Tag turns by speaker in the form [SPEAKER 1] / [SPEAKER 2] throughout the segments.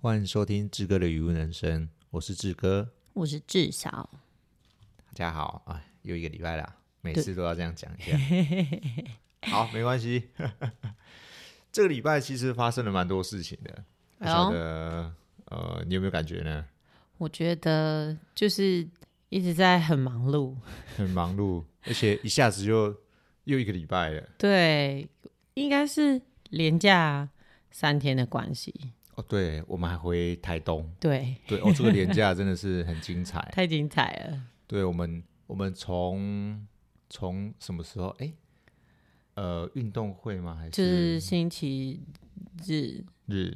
[SPEAKER 1] 欢迎收听志哥的语文人生，我是志哥，
[SPEAKER 2] 我是至少，
[SPEAKER 1] 大家好啊，哎又一个礼拜啦，每次都要这样讲一 下。好，没关系。 这个礼拜其实发生了蛮多事情的，不
[SPEAKER 2] 哎呦
[SPEAKER 1] 晓得呃，你有没有感觉呢？
[SPEAKER 2] 我觉得就是一直在很忙碌。
[SPEAKER 1] 很忙碌，而且一下子就又一个礼拜了。
[SPEAKER 2] 对，应该是连假三天的关系。
[SPEAKER 1] 哦，对，我们还回台东，
[SPEAKER 2] 对，
[SPEAKER 1] 对哦，这个廉价真的是很精彩。
[SPEAKER 2] 太精彩了。
[SPEAKER 1] 对我们，我们从从什么时候？哎，呃，运动会吗？还
[SPEAKER 2] 就
[SPEAKER 1] 是
[SPEAKER 2] 是星期日，
[SPEAKER 1] 日？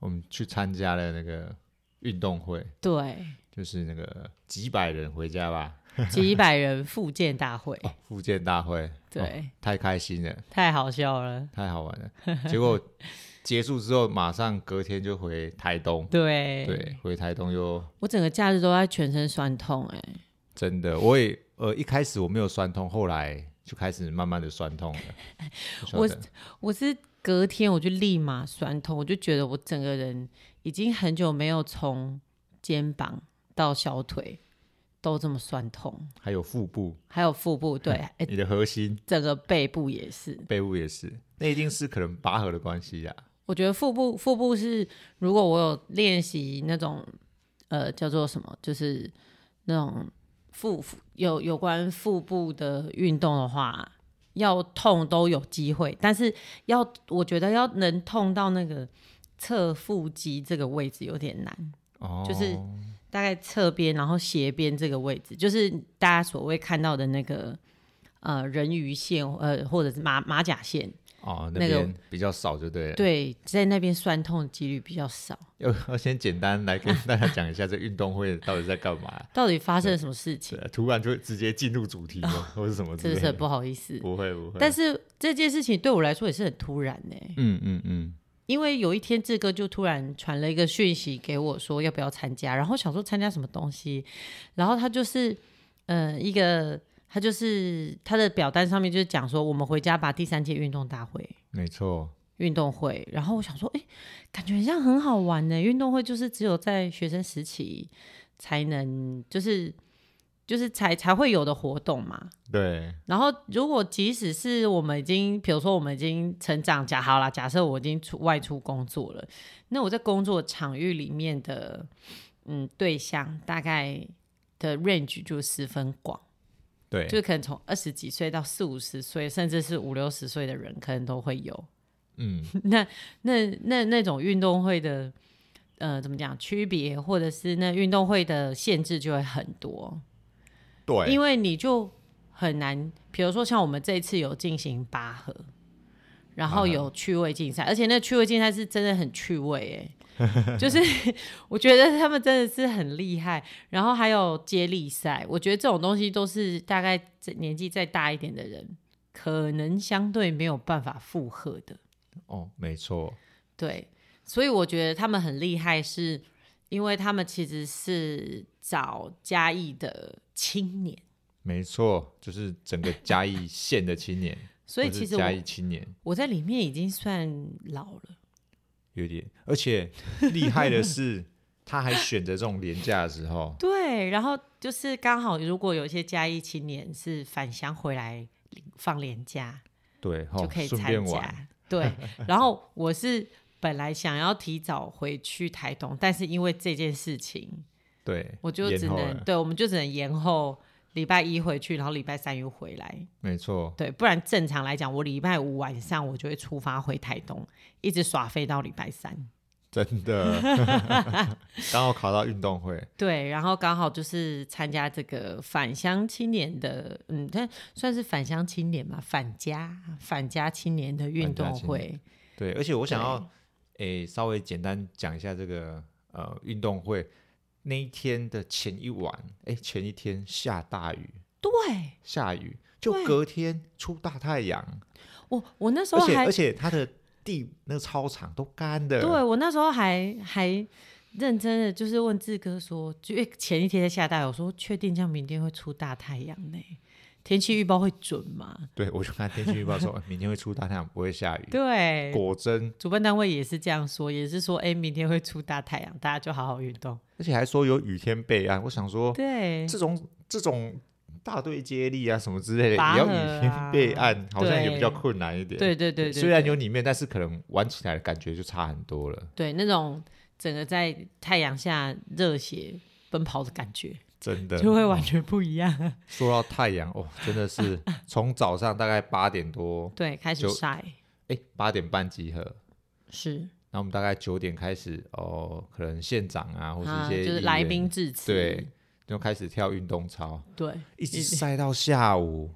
[SPEAKER 1] 我们去参加了那个运动会，
[SPEAKER 2] 对，
[SPEAKER 1] 就是那个几百人回家吧，
[SPEAKER 2] 几百人复健大会，
[SPEAKER 1] 哦，复健大会，哦
[SPEAKER 2] 对，
[SPEAKER 1] 太开心了，
[SPEAKER 2] 太好笑了。
[SPEAKER 1] 太好玩了。结果结束之后，马上隔天就回台东，
[SPEAKER 2] 对，
[SPEAKER 1] 对，回台东又
[SPEAKER 2] 我整个假日都在全身酸痛、哎，
[SPEAKER 1] 真的，我也呃一开始我没有酸痛，后来就开始慢慢的酸痛 了。不晓
[SPEAKER 2] 我
[SPEAKER 1] 得
[SPEAKER 2] 我是隔天我就立马酸痛，我就觉得我整个人已经很久没有从肩膀到小腿都这么酸痛，
[SPEAKER 1] 还有腹部，
[SPEAKER 2] 还有腹部，对，哎
[SPEAKER 1] 你的核心、
[SPEAKER 2] 整个背部也是。
[SPEAKER 1] 背部也是，那一定是可能拔河的关系呀、
[SPEAKER 2] 我觉得腹部腹部是，如果我有练习那种呃叫做什么，就是那种腹腹有有关腹部的运动的话，要痛都有机会，但是要我觉得要能痛到那个侧腹肌这个位置有点难，
[SPEAKER 1] 哦，
[SPEAKER 2] 就是大概侧边然后斜边这个位置，就是大家所谓看到的那个呃人鱼线呃或者是马马甲线，
[SPEAKER 1] 哦那
[SPEAKER 2] 那个
[SPEAKER 1] 边比较少就对了。，
[SPEAKER 2] 对，在那边酸痛的几率比较少。
[SPEAKER 1] 要 要先简单来 跟大家讲一下这运动会到底在干嘛。
[SPEAKER 2] 到底发生了什么事情
[SPEAKER 1] 对？，啊突然就直接进入主题吗？或是什么之
[SPEAKER 2] 真
[SPEAKER 1] 类
[SPEAKER 2] 哦是很
[SPEAKER 1] 的？
[SPEAKER 2] 不好意思。
[SPEAKER 1] 不会不会。
[SPEAKER 2] 但
[SPEAKER 1] 是
[SPEAKER 2] 是这件事情对我来说也是很突然呢、
[SPEAKER 1] 嗯嗯嗯，
[SPEAKER 2] 因为有一天志哥就突然传了一个讯息给我，说要不要参加，然后想说参加什么东西，然后他就是，呃，一个他就是呃他的表单上面就是讲说我们回家吧，第三届运动大会。
[SPEAKER 1] 没错。
[SPEAKER 2] 运动会，然后我想说，哎、感觉好像很好玩呢。运动会就是只有在学生时期才能，就是就是才才会有的活动嘛。
[SPEAKER 1] 对，
[SPEAKER 2] 然后，如果即使是我们已经，比如说我们已经成长假好啦，假设我已经出外出工作了，那我在工作场域里面的嗯对象大概的 range 就十分广，
[SPEAKER 1] 对，
[SPEAKER 2] 就是可能从二十几岁到四五十岁，甚至是五六十岁的人，可能都会有。
[SPEAKER 1] 嗯，
[SPEAKER 2] 那那那那种运动会的呃怎么讲区别，或者是那运动会的限制就会很多。
[SPEAKER 1] 对，
[SPEAKER 2] 因为你就很难，比如说像我们这一次有进行拔河，然
[SPEAKER 1] 拔河
[SPEAKER 2] 后有趣味竞赛，而且那趣味竞赛是真的很 趣味哎、就是我觉得他们真的是很厉害。然后还有接力赛，我觉得这种东西都是大概这年纪再大一点的人，可能相对没有办法负荷的。
[SPEAKER 1] 哦，没错，
[SPEAKER 2] 对，所以我觉得他们很厉害，是因为他们其实是找嘉义的青年。
[SPEAKER 1] 没错，就是整个嘉义县的青年，
[SPEAKER 2] 所以
[SPEAKER 1] 哦或是
[SPEAKER 2] 其实我
[SPEAKER 1] 嘉义青年，
[SPEAKER 2] 我在里面已经算老了，
[SPEAKER 1] 有点，而且厉害的 是，他还选择这种廉价的时候，
[SPEAKER 2] 对。然后就是刚好，如果有一些嘉义青年是返乡回来放年假，
[SPEAKER 1] 对，
[SPEAKER 2] 就
[SPEAKER 1] 吼
[SPEAKER 2] 可以
[SPEAKER 1] 哦顺
[SPEAKER 2] 参
[SPEAKER 1] 便玩，
[SPEAKER 2] 加。对，然后我是本来想要提早回去台东，但是因为这件事情，
[SPEAKER 1] 对，
[SPEAKER 2] 我就
[SPEAKER 1] 延
[SPEAKER 2] 只
[SPEAKER 1] 后
[SPEAKER 2] 能
[SPEAKER 1] 了
[SPEAKER 2] 对，我们就只能延后礼拜一回去，然后礼拜三又回来。
[SPEAKER 1] 没错，
[SPEAKER 2] 对，不然正常来讲，我礼拜五晚上我就会出发回台东，一直耍飞到礼拜三。
[SPEAKER 1] 真 的， 刚好考到运动会，
[SPEAKER 2] 对，然后刚好就是参加这个返乡青年的，嗯，但算是返乡青年嘛，返家返家青年的运
[SPEAKER 1] 返家
[SPEAKER 2] 动
[SPEAKER 1] 青
[SPEAKER 2] 会。
[SPEAKER 1] 对，而且我想
[SPEAKER 2] 对
[SPEAKER 1] 要诶、稍微简单讲一下这个呃运动会那一天的前一晚，诶、前一天下大雨，
[SPEAKER 2] 对
[SPEAKER 1] 下雨就
[SPEAKER 2] 对
[SPEAKER 1] 隔天出大太阳，
[SPEAKER 2] 我，我那时
[SPEAKER 1] 而
[SPEAKER 2] 候
[SPEAKER 1] 且
[SPEAKER 2] 还
[SPEAKER 1] 而且它的地那个操场都干的，
[SPEAKER 2] 对我那时候还还认真的就是问志哥说，就因为前一天在下大雨，我说确定这样明天会出大太阳呢、天气预报会准吗？
[SPEAKER 1] 对我就看天气预报说哎明天会出大太阳，不会下雨。
[SPEAKER 2] 对，
[SPEAKER 1] 果真，
[SPEAKER 2] 主办单位也是这样说，也是说，哎、明天会出大太阳，大家就好好运动。
[SPEAKER 1] 而且还说有雨天备案。我想说，
[SPEAKER 2] 对，
[SPEAKER 1] 哦这种这种大队接力啊什么之类的，
[SPEAKER 2] 拔
[SPEAKER 1] 也要
[SPEAKER 2] 河
[SPEAKER 1] 雨
[SPEAKER 2] 啊
[SPEAKER 1] 天备案，好像也
[SPEAKER 2] 对
[SPEAKER 1] 比较困难一点。
[SPEAKER 2] 对对对对，
[SPEAKER 1] 虽然
[SPEAKER 2] 对
[SPEAKER 1] 有里面，但是可能玩起来的感觉就差很多了，
[SPEAKER 2] 对那种整个在太阳下热血奔跑的感觉，
[SPEAKER 1] 真的。
[SPEAKER 2] 就会完全不 一样。
[SPEAKER 1] 说到太阳哦，真的 是从早上大概八点多，
[SPEAKER 2] 对，开始
[SPEAKER 1] 就
[SPEAKER 2] 晒
[SPEAKER 1] 哎，八点半集合，
[SPEAKER 2] 是
[SPEAKER 1] 然后我们大概九点开始哦，可能县长啊，或
[SPEAKER 2] 啊，
[SPEAKER 1] 是一些、
[SPEAKER 2] 就是来宾，致辞，
[SPEAKER 1] 对，就开始跳运动操，
[SPEAKER 2] 对，
[SPEAKER 1] 一直
[SPEAKER 2] 一直
[SPEAKER 1] 晒到下 午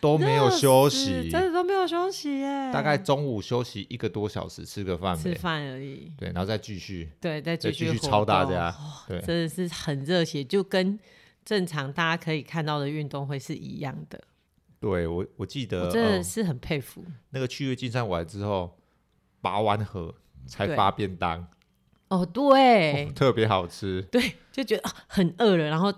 [SPEAKER 1] 都没有休息
[SPEAKER 2] 是，真的都没有休息耶，
[SPEAKER 1] 大概中午休息一个多小时，吃个饭
[SPEAKER 2] 吃
[SPEAKER 1] 没，
[SPEAKER 2] 饭而已。
[SPEAKER 1] 对，然后再继续，
[SPEAKER 2] 对，再
[SPEAKER 1] 再
[SPEAKER 2] 继
[SPEAKER 1] 继续
[SPEAKER 2] 活
[SPEAKER 1] 操大
[SPEAKER 2] 动哦
[SPEAKER 1] 家，对
[SPEAKER 2] 真的是很热血，就跟正常大家可以看到的运动会是一样的，
[SPEAKER 1] 对我我记得
[SPEAKER 2] 我真的
[SPEAKER 1] 哦
[SPEAKER 2] 是很佩服。
[SPEAKER 1] 那个去月金山玩之后，拔完河才
[SPEAKER 2] 对
[SPEAKER 1] 发便当，
[SPEAKER 2] 哦，对、
[SPEAKER 1] 哦 特别好吃。
[SPEAKER 2] 对，就觉得、啊、很饿了，然后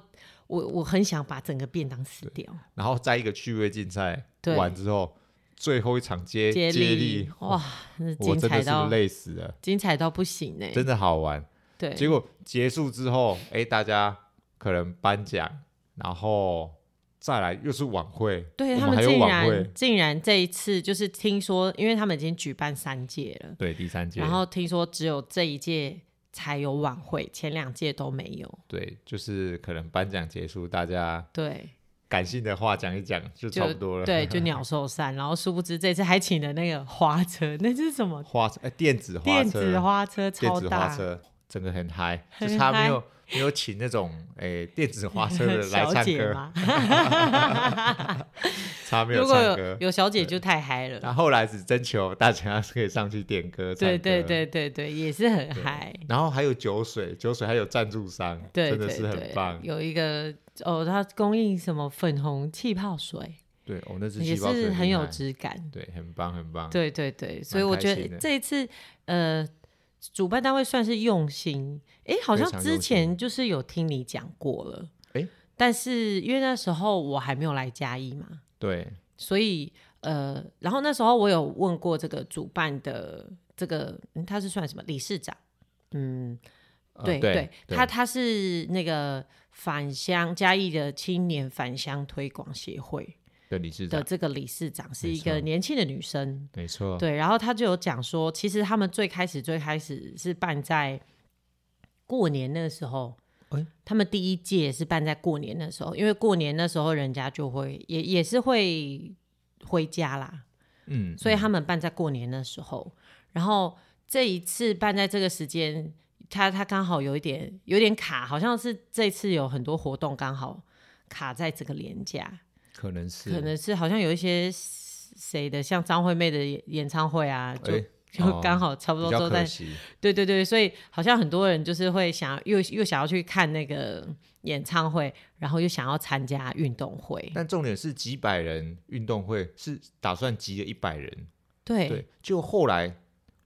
[SPEAKER 2] 我我很想把整个便当吃掉，
[SPEAKER 1] 然后在一个趣味竞赛
[SPEAKER 2] 对
[SPEAKER 1] 完之后，最后一场接
[SPEAKER 2] 接
[SPEAKER 1] 力，
[SPEAKER 2] 哇，真的
[SPEAKER 1] 我
[SPEAKER 2] 精
[SPEAKER 1] 真
[SPEAKER 2] 彩
[SPEAKER 1] 的是
[SPEAKER 2] 到
[SPEAKER 1] 累死了，
[SPEAKER 2] 精彩到不行呢、
[SPEAKER 1] 真的好玩。
[SPEAKER 2] 对，
[SPEAKER 1] 结果结束之后，哎，大家可能颁奖，然后再来又是晚会，
[SPEAKER 2] 对
[SPEAKER 1] 我
[SPEAKER 2] 他
[SPEAKER 1] 们还有
[SPEAKER 2] 竟
[SPEAKER 1] 晚会
[SPEAKER 2] 然，竟然这一次就是听说，因为他们已经举办三届了，
[SPEAKER 1] 对第三届，
[SPEAKER 2] 然后听说只有这一届才有晚会，前两届都没有。
[SPEAKER 1] 对，就是可能颁奖结束，大家
[SPEAKER 2] 对，
[SPEAKER 1] 感性的话讲一讲就
[SPEAKER 2] 就
[SPEAKER 1] 差不多了。
[SPEAKER 2] 对，就鸟兽散。然后殊不知这次还请了那个花车，那是什 么？
[SPEAKER 1] 花车，哎，电子花车，
[SPEAKER 2] 电子花车
[SPEAKER 1] 电
[SPEAKER 2] 超
[SPEAKER 1] 子花
[SPEAKER 2] 大，
[SPEAKER 1] 车，整个很嗨，
[SPEAKER 2] 很
[SPEAKER 1] 就是他没
[SPEAKER 2] 嗨
[SPEAKER 1] 有没有请那种诶、电子花 车的来
[SPEAKER 2] 小
[SPEAKER 1] 唱
[SPEAKER 2] 姐
[SPEAKER 1] 歌，
[SPEAKER 2] 嘛。
[SPEAKER 1] 他 没有
[SPEAKER 2] 如果
[SPEAKER 1] 唱
[SPEAKER 2] 有
[SPEAKER 1] 歌。
[SPEAKER 2] 有小姐就太嗨了。
[SPEAKER 1] 然后后来只征求大家可以上去点歌，唱
[SPEAKER 2] 对
[SPEAKER 1] 歌
[SPEAKER 2] 对。对对对，也是很嗨。
[SPEAKER 1] 然后还有酒水，酒水还有赞助商，
[SPEAKER 2] 对
[SPEAKER 1] 真
[SPEAKER 2] 对
[SPEAKER 1] 的是
[SPEAKER 2] 对
[SPEAKER 1] 很，棒。
[SPEAKER 2] 有一个哦，它供应什么粉红气泡水，
[SPEAKER 1] 对，哦，那只
[SPEAKER 2] 也
[SPEAKER 1] 气泡水
[SPEAKER 2] 是很有
[SPEAKER 1] 厉害，
[SPEAKER 2] 质感。
[SPEAKER 1] 对，很棒很棒。
[SPEAKER 2] 对对对，所以我
[SPEAKER 1] 开
[SPEAKER 2] 觉
[SPEAKER 1] 心
[SPEAKER 2] 得
[SPEAKER 1] 的
[SPEAKER 2] 这一次呃，主办单位算是用心。诶，好
[SPEAKER 1] 非
[SPEAKER 2] 像
[SPEAKER 1] 常
[SPEAKER 2] 之
[SPEAKER 1] 用
[SPEAKER 2] 前
[SPEAKER 1] 心
[SPEAKER 2] 就是有听你讲过了。
[SPEAKER 1] 诶
[SPEAKER 2] 但是因为那时候我还没有来嘉义嘛，
[SPEAKER 1] 对
[SPEAKER 2] 所以呃，然后那时候我有问过这个主办的这个、嗯他是算什么理事长？嗯，
[SPEAKER 1] 呃
[SPEAKER 2] 对、
[SPEAKER 1] 对对
[SPEAKER 2] 他他是那个返乡嘉义的青年返乡推广协会
[SPEAKER 1] 对，理事
[SPEAKER 2] 的
[SPEAKER 1] 长，
[SPEAKER 2] 这个理事长是
[SPEAKER 1] 没
[SPEAKER 2] 一个
[SPEAKER 1] 错哦
[SPEAKER 2] 年轻的女生，
[SPEAKER 1] 没错，
[SPEAKER 2] 对，然后他就有讲说，其实他们最开始最开始是办在过年那时候，
[SPEAKER 1] 哎
[SPEAKER 2] 他们第一届是办在过年那时候，因为过年那时候人家就会也也是会回家啦，
[SPEAKER 1] 嗯，
[SPEAKER 2] 所以
[SPEAKER 1] 嗯
[SPEAKER 2] 他们办在过年那时候，然后这一次办在这个时间，他他刚好有一点有点卡，好像是这次有很多活动刚好卡在这个年假，
[SPEAKER 1] 可能是
[SPEAKER 2] 可能是好像有一些谁的，像张惠妹的演演唱会啊，就、
[SPEAKER 1] 哎
[SPEAKER 2] 就
[SPEAKER 1] 哦
[SPEAKER 2] 刚好差不
[SPEAKER 1] 比
[SPEAKER 2] 多
[SPEAKER 1] 较
[SPEAKER 2] 都在
[SPEAKER 1] 可，惜，
[SPEAKER 2] 对对对，所以好像很多人就是会想又又想要去看那个演唱会，然后又想要参加运动会，
[SPEAKER 1] 但重点是几百人运动会是打算集了一百人，
[SPEAKER 2] 对
[SPEAKER 1] 对，就后来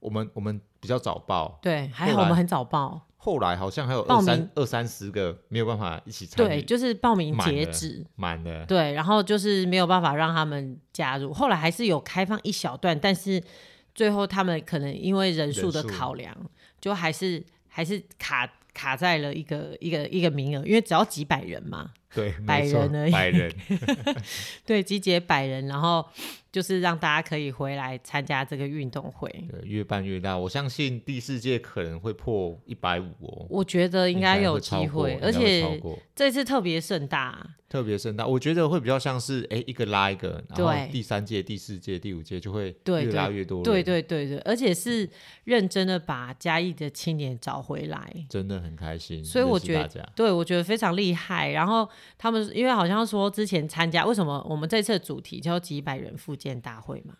[SPEAKER 1] 我们我们比较早报，
[SPEAKER 2] 对还
[SPEAKER 1] 后
[SPEAKER 2] 好我
[SPEAKER 1] 来
[SPEAKER 2] 们很早报，
[SPEAKER 1] 后来好像还有
[SPEAKER 2] 报
[SPEAKER 1] 二
[SPEAKER 2] 名
[SPEAKER 1] 三二三十个没有办法一起参
[SPEAKER 2] 对，
[SPEAKER 1] 与，
[SPEAKER 2] 就是报名
[SPEAKER 1] 满
[SPEAKER 2] 截
[SPEAKER 1] 了
[SPEAKER 2] 止，
[SPEAKER 1] 满了。
[SPEAKER 2] 对，然后就是没有办法让他们加入，后来还是有开放一小段，但是最后他们可能因为人数的
[SPEAKER 1] 人数
[SPEAKER 2] 考量，就还是还是卡卡在了一个一个一个名额，因为只要几百人嘛，
[SPEAKER 1] 对，
[SPEAKER 2] 百
[SPEAKER 1] 没错
[SPEAKER 2] 人而已
[SPEAKER 1] 百人，
[SPEAKER 2] 对，集结百人，然后就是让大家可以回来参加这个运动会。
[SPEAKER 1] 对，越办越大。我相信第四届可能会破一百五哦，
[SPEAKER 2] 我觉得应该有机
[SPEAKER 1] 应该会
[SPEAKER 2] 会，
[SPEAKER 1] 超过
[SPEAKER 2] 而
[SPEAKER 1] 应该会
[SPEAKER 2] 且
[SPEAKER 1] 超过
[SPEAKER 2] 这次特别盛大，
[SPEAKER 1] 特别盛大。我觉得会比较像是哎一个拉一个，然
[SPEAKER 2] 对
[SPEAKER 1] 后第三届、第四届、第五届就会
[SPEAKER 2] 对
[SPEAKER 1] 越拉越多人，
[SPEAKER 2] 对对对对，而且是认真的把嘉义的青年找回来。
[SPEAKER 1] 真的很开心。
[SPEAKER 2] 所以我
[SPEAKER 1] 认识
[SPEAKER 2] 觉
[SPEAKER 1] 大
[SPEAKER 2] 得
[SPEAKER 1] 家，
[SPEAKER 2] 对我觉得非常厉害。然后他们因为好像说之前参加，为什么我们这次的主题叫几百人复健大会嘛？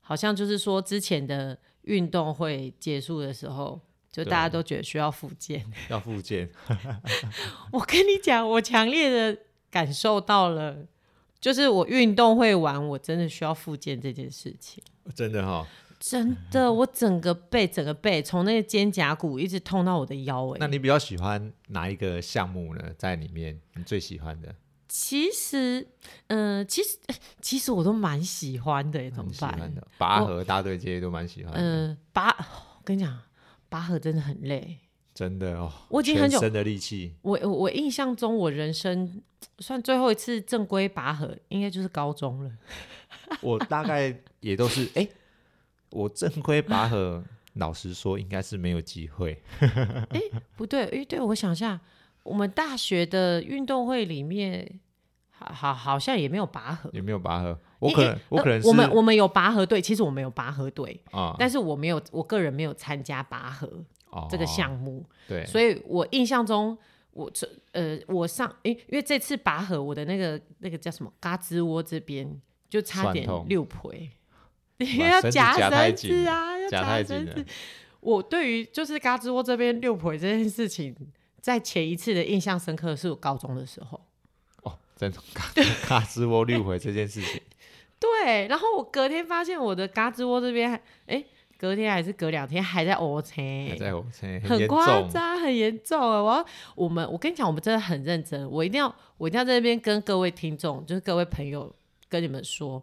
[SPEAKER 2] 好像就是说之前的运动会结束的时候，就
[SPEAKER 1] 对
[SPEAKER 2] 大家都觉得需要复健。
[SPEAKER 1] 要复健，
[SPEAKER 2] 我跟你讲，我强烈的感受到了，就是我运动会完，我真的需要复健这件事情。
[SPEAKER 1] 真的哈、
[SPEAKER 2] 真的，我整个背，整个背，从那个肩胛骨一直痛到我的腰、欸，
[SPEAKER 1] 那你比较喜欢哪一个项目呢？在里面你最喜欢的
[SPEAKER 2] 其实，嗯、其实其实我都蛮喜欢的耶，怎么
[SPEAKER 1] 蛮喜欢
[SPEAKER 2] 办？
[SPEAKER 1] 的，拔
[SPEAKER 2] 我
[SPEAKER 1] 河、大队接力都蛮喜欢的，
[SPEAKER 2] 嗯、拔，我跟你讲，拔河真的很累。
[SPEAKER 1] 真的哦。
[SPEAKER 2] 我已经很久
[SPEAKER 1] 全身的力气，
[SPEAKER 2] 我我我印象中，我人生算最后一次正规拔河，应该就是高中了。
[SPEAKER 1] 我大概也都是 哎、我正规拔河，老实说应该是没有机会。
[SPEAKER 2] 不对，诶，对，我想一下，我们大学的运动会里面，好好好像也没有拔河。
[SPEAKER 1] 有没有拔河？我
[SPEAKER 2] 因
[SPEAKER 1] 可
[SPEAKER 2] 因
[SPEAKER 1] 能，我
[SPEAKER 2] 呃
[SPEAKER 1] 可能是
[SPEAKER 2] 我们我们有拔河队，其实我们有拔河队，
[SPEAKER 1] 啊，
[SPEAKER 2] 但是我没有，我个人没有参加拔河
[SPEAKER 1] 哦
[SPEAKER 2] 这个项目，
[SPEAKER 1] 对，
[SPEAKER 2] 所以我印象中。我这呃，我上因因为这次拔河，我的那个那个叫什么嘎吱窝这边就差
[SPEAKER 1] 酸
[SPEAKER 2] 点
[SPEAKER 1] 痛
[SPEAKER 2] 六赔，因
[SPEAKER 1] 哇
[SPEAKER 2] 为要
[SPEAKER 1] 绳子
[SPEAKER 2] 夹
[SPEAKER 1] 夹太
[SPEAKER 2] 绳
[SPEAKER 1] 紧
[SPEAKER 2] 子
[SPEAKER 1] 了
[SPEAKER 2] 啊，要
[SPEAKER 1] 夹太紧
[SPEAKER 2] 绳
[SPEAKER 1] 了
[SPEAKER 2] 子。我对于就是嘎吱窝这边六婆这件事情，在前一次的印象深刻是我高中的时候。
[SPEAKER 1] 哦，真的 卡卡斯窝六回这件事 情，
[SPEAKER 2] 对，然后我隔天发现我的嘎吱窝这边还，哎，隔天还是隔两天还在凹
[SPEAKER 1] 还
[SPEAKER 2] 陷，
[SPEAKER 1] 在我现在
[SPEAKER 2] 很
[SPEAKER 1] 严
[SPEAKER 2] 夸
[SPEAKER 1] 重，
[SPEAKER 2] 张，很严重啊！我要我们我跟你讲，我们真的很认真，我一定要我一定要在这边跟各位听众，就是各位朋友跟你们说，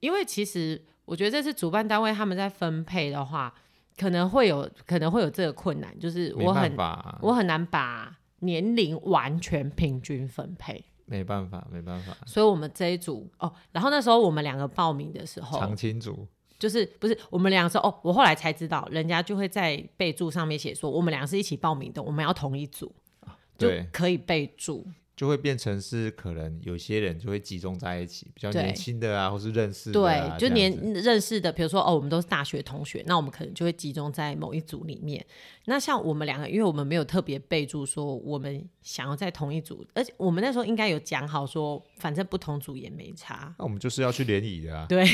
[SPEAKER 2] 因为其实我觉得这次主办单位他们在分配的话，可能会有可能会有这个困难，就是
[SPEAKER 1] 没
[SPEAKER 2] 我很
[SPEAKER 1] 办法，
[SPEAKER 2] 我很难把年龄完全平均分配，
[SPEAKER 1] 没办法，没办法，
[SPEAKER 2] 所以我们这一组哦，然后那时候我们两个报名的时候
[SPEAKER 1] 长，青组
[SPEAKER 2] 就是不是我们两个说哦，我后来才知道，人家就会在备注上面写说我们俩是一起报名的，我们要同一组就
[SPEAKER 1] 啊对，
[SPEAKER 2] 可以备注，
[SPEAKER 1] 就会变成是可能有些人就会集中在一起，比较
[SPEAKER 2] 对
[SPEAKER 1] 年轻的啊，或是认识的
[SPEAKER 2] 对，
[SPEAKER 1] 啊
[SPEAKER 2] 就
[SPEAKER 1] 这
[SPEAKER 2] 年
[SPEAKER 1] 样子
[SPEAKER 2] 认识的，比如说哦，我们都是大学同学，那我们可能就会集中在某一组里面。那像我们两个，因为我们没有特别备注说我们想要在同一组，而且我们那时候应该有讲好说，反正不同组也没 差。
[SPEAKER 1] 那我们就是要去联谊的啊，
[SPEAKER 2] 对，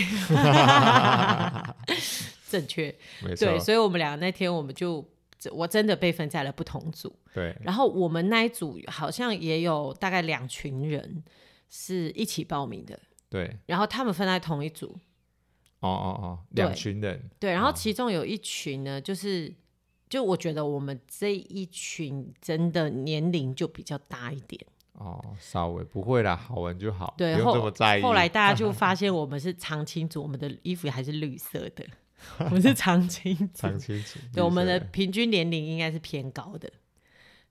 [SPEAKER 2] 正确。
[SPEAKER 1] 没错，
[SPEAKER 2] 对，所以我们俩那天我们就，我真的被分在了不同组。
[SPEAKER 1] 对，
[SPEAKER 2] 然后我们那一组好像也有大概两群人是一起报名的，
[SPEAKER 1] 对，
[SPEAKER 2] 然后他们分在同一组。
[SPEAKER 1] 哦哦哦，
[SPEAKER 2] 对
[SPEAKER 1] 两群人，
[SPEAKER 2] 对，然后其中有一群呢，就是就我觉得我们这一群真的年龄就比较大一点。
[SPEAKER 1] 哦，稍微不会啦，好玩就好，
[SPEAKER 2] 对
[SPEAKER 1] 不用
[SPEAKER 2] 后
[SPEAKER 1] 这么在意。
[SPEAKER 2] 后来大 家就发现我们是长青组，我们的衣服还是绿色的，我们是长青组。
[SPEAKER 1] 长青组，绿
[SPEAKER 2] 对，我们
[SPEAKER 1] 色
[SPEAKER 2] 的平均年龄应该是偏高的。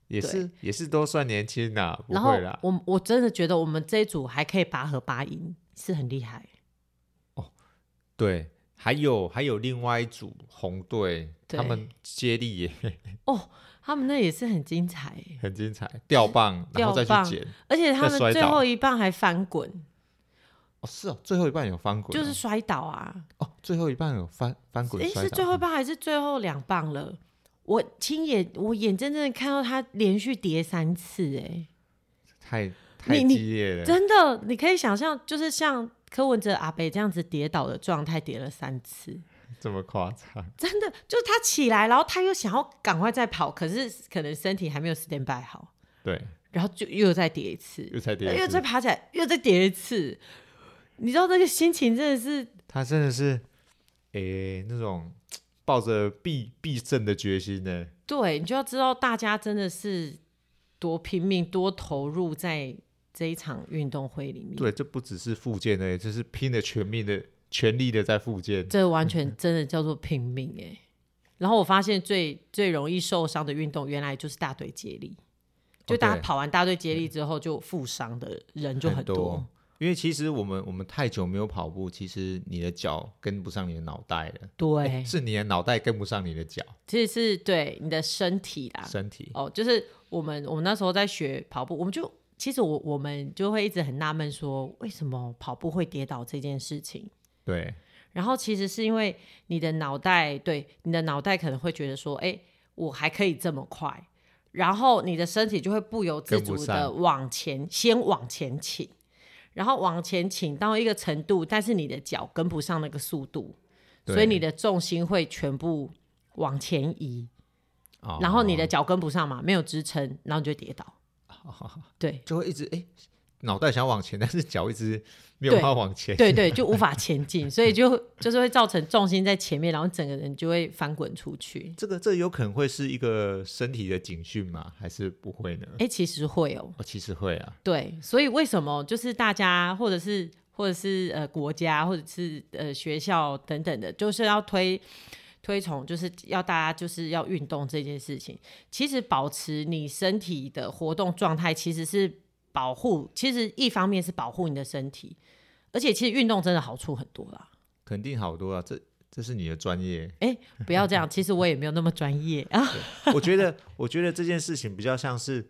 [SPEAKER 1] 也
[SPEAKER 2] 对
[SPEAKER 1] 是也是都算年轻啦，不
[SPEAKER 2] 然后
[SPEAKER 1] 会啦，
[SPEAKER 2] 我我真的觉得我们这一组还可以拔河拔赢，是很厉害。
[SPEAKER 1] 对。还有还有另外一组红队，他
[SPEAKER 2] 对
[SPEAKER 1] 们接力也
[SPEAKER 2] 他们那也是很精彩耶，
[SPEAKER 1] 很精彩，吊棒然后再
[SPEAKER 2] 吊棒
[SPEAKER 1] 去捡，
[SPEAKER 2] 而且他
[SPEAKER 1] 再
[SPEAKER 2] 们
[SPEAKER 1] 摔
[SPEAKER 2] 最
[SPEAKER 1] 倒
[SPEAKER 2] 后一棒还翻滚，
[SPEAKER 1] 哦是哦，最后一半有翻滚哦，
[SPEAKER 2] 就是摔倒啊！
[SPEAKER 1] 哦最后一半有翻翻滚
[SPEAKER 2] 诶，
[SPEAKER 1] 摔
[SPEAKER 2] 是
[SPEAKER 1] 倒
[SPEAKER 2] 最后一棒还是最后两棒了？我亲眼我眼睁睁的看到他连续叠三次，哎，
[SPEAKER 1] 太太
[SPEAKER 2] 你你
[SPEAKER 1] 激烈了，
[SPEAKER 2] 真的，你可以想象，就是像柯文哲阿北这样子跌倒的状态，叠了三次。
[SPEAKER 1] 这么夸张，
[SPEAKER 2] 真的就是他起来，然后他又想要赶快再跑，可是可能身体还没有 stand by 好，
[SPEAKER 1] 对，
[SPEAKER 2] 然后就又再跌一次，
[SPEAKER 1] 又才跌一
[SPEAKER 2] 又
[SPEAKER 1] 次
[SPEAKER 2] 再爬起来，又再跌一次。你知道那个心情真的是
[SPEAKER 1] 他真的是，诶、那种抱着必必胜的决心呢。
[SPEAKER 2] 对，你就要知道大家真的是多拼命、多投入在这一场运动会里面。，
[SPEAKER 1] 对，这不只是复健的，这是拼了全命的、全力的在复健。
[SPEAKER 2] 这完
[SPEAKER 1] 嗯
[SPEAKER 2] 全真的叫做拼命哎、然后我发现最最容易受伤的运动，原来就是大队接力。就
[SPEAKER 1] 哦
[SPEAKER 2] 大家
[SPEAKER 1] 对嗯
[SPEAKER 2] 跑完大队接力之后，就负伤的人就
[SPEAKER 1] 很
[SPEAKER 2] 多
[SPEAKER 1] 因为其实我们我们太久没有跑步，其实你的脚跟不上你的脑袋了，
[SPEAKER 2] 对，
[SPEAKER 1] 是你的脑袋跟不上你的脚、
[SPEAKER 2] 其实是对你的身体啦。
[SPEAKER 1] 身体。
[SPEAKER 2] 哦，就是我们我们那时候在学跑步，我们就其实我我们就会一直很纳闷说，为什么跑步会跌倒这件事情。
[SPEAKER 1] 对
[SPEAKER 2] 然后其实是因为你的脑袋，对你的脑袋可能会觉得说，哎，我还可以这么快，然后你的身体就会不由自主
[SPEAKER 1] 跟不
[SPEAKER 2] 的
[SPEAKER 1] 上
[SPEAKER 2] 往前，先往前倾，然后往前倾到一个程度，但是你的脚跟不上那个速度，
[SPEAKER 1] 对
[SPEAKER 2] 所以你的重心会全部往前移，
[SPEAKER 1] 哦
[SPEAKER 2] 然后你的脚跟不上嘛，没有支撑，然后你就跌倒。对，
[SPEAKER 1] 就会一直诶，脑袋想往前，但是脚一直没有办法往前。
[SPEAKER 2] 对对，就无法前进，所以就就是会造成重心在前面，然后整个人就会翻滚出去。
[SPEAKER 1] 这个这有可能会是一个身体的警讯吗？还是不会呢？
[SPEAKER 2] 哎，其实会哦，
[SPEAKER 1] 哦，其实会啊，
[SPEAKER 2] 对，所以为什么就是大家或者是或者是呃国家或者是呃学校等等的，就是要推推崇，就是要大家就是要运动这件事情。其实保持你身体的活动状态，其实是保护，其实一方面是保护你的身体，而且其实运动真的好处很多啦。
[SPEAKER 1] 肯定好多啊。这这是你的专业，
[SPEAKER 2] 哎，不要这样，其实我也没有那么专业 啊。
[SPEAKER 1] 我觉得我觉得这件事情比较像是，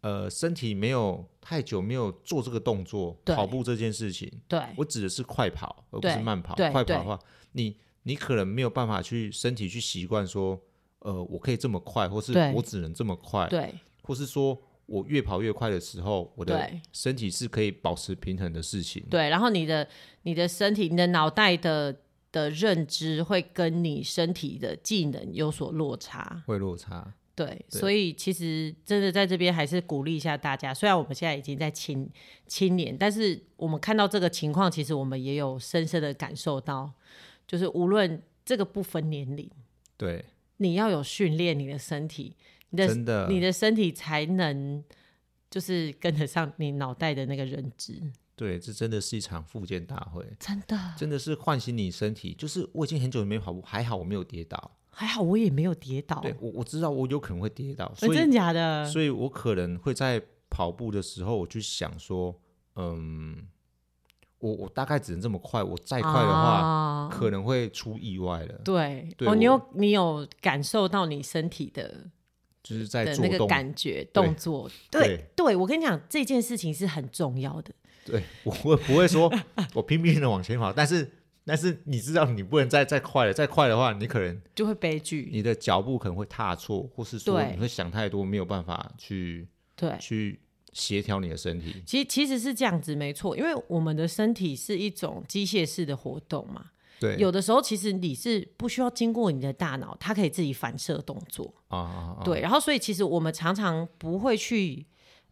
[SPEAKER 1] 呃，身体没有太久没有做这个动作，
[SPEAKER 2] 对
[SPEAKER 1] 跑步这件事情，
[SPEAKER 2] 对，
[SPEAKER 1] 我指的是快跑，而不
[SPEAKER 2] 对
[SPEAKER 1] 是慢跑。
[SPEAKER 2] 对
[SPEAKER 1] 快跑
[SPEAKER 2] 对
[SPEAKER 1] 的话，你你可能没有办法去身体去习惯说，呃，我可以这么快，或是
[SPEAKER 2] 对
[SPEAKER 1] 我只能这么快，
[SPEAKER 2] 对，
[SPEAKER 1] 或是说我越跑越快的时候，我的
[SPEAKER 2] 对
[SPEAKER 1] 身体是可以保持平衡的事情。
[SPEAKER 2] 对，然后你的你的身体、你的脑袋的的认知会跟你身体的技能有所落差。
[SPEAKER 1] 会落差，
[SPEAKER 2] 对，
[SPEAKER 1] 对
[SPEAKER 2] 所以其实真的在这边还是鼓励一下大家。虽然我们现在已经在青青年，但是我们看到这个情况，其实我们也有深深的感受到，就是无论这个不分年龄，
[SPEAKER 1] 对，
[SPEAKER 2] 你要有训练你的身体，你的
[SPEAKER 1] 真的，
[SPEAKER 2] 你的身体才能就是跟得上你脑袋的那个认知。
[SPEAKER 1] 对，这真的是一场复健大会，
[SPEAKER 2] 真的，
[SPEAKER 1] 真的是唤醒你身体。就是我已经很久没跑步，还好我没有跌倒。
[SPEAKER 2] 还好我也没有跌倒。
[SPEAKER 1] 对我我知道我有可能会跌倒，
[SPEAKER 2] 欸
[SPEAKER 1] 所以
[SPEAKER 2] 真的假的？
[SPEAKER 1] 所以我可能会在跑步的时候，我去想说，嗯，我我大概只能这么快，我再快的话，
[SPEAKER 2] 啊
[SPEAKER 1] 可能会出意外了。
[SPEAKER 2] 对，
[SPEAKER 1] 对
[SPEAKER 2] 哦，你
[SPEAKER 1] 我
[SPEAKER 2] 有你有感受到你身体的
[SPEAKER 1] 就是在
[SPEAKER 2] 的
[SPEAKER 1] 做
[SPEAKER 2] 那个
[SPEAKER 1] 动，
[SPEAKER 2] 感觉动作，
[SPEAKER 1] 对
[SPEAKER 2] 对对，我跟你讲，这件事情是很重要的。
[SPEAKER 1] 对我我不会说我拼命的往前跑，但是但是你知道你不能再再快了，再快的话，你可能
[SPEAKER 2] 就会悲剧，
[SPEAKER 1] 你的脚步可能会踏错，或是说
[SPEAKER 2] 对
[SPEAKER 1] 你会想太多，没有办法去
[SPEAKER 2] 对，
[SPEAKER 1] 去协调你的身体。
[SPEAKER 2] 其实其实是这样子，没错，因为我们的身体是一种机械式的活动嘛，
[SPEAKER 1] 对，
[SPEAKER 2] 有的时候其实你是不需要经过你的大脑，它可以自己反射动作，
[SPEAKER 1] 啊啊啊，
[SPEAKER 2] 对，然后所以其实我们常常不会去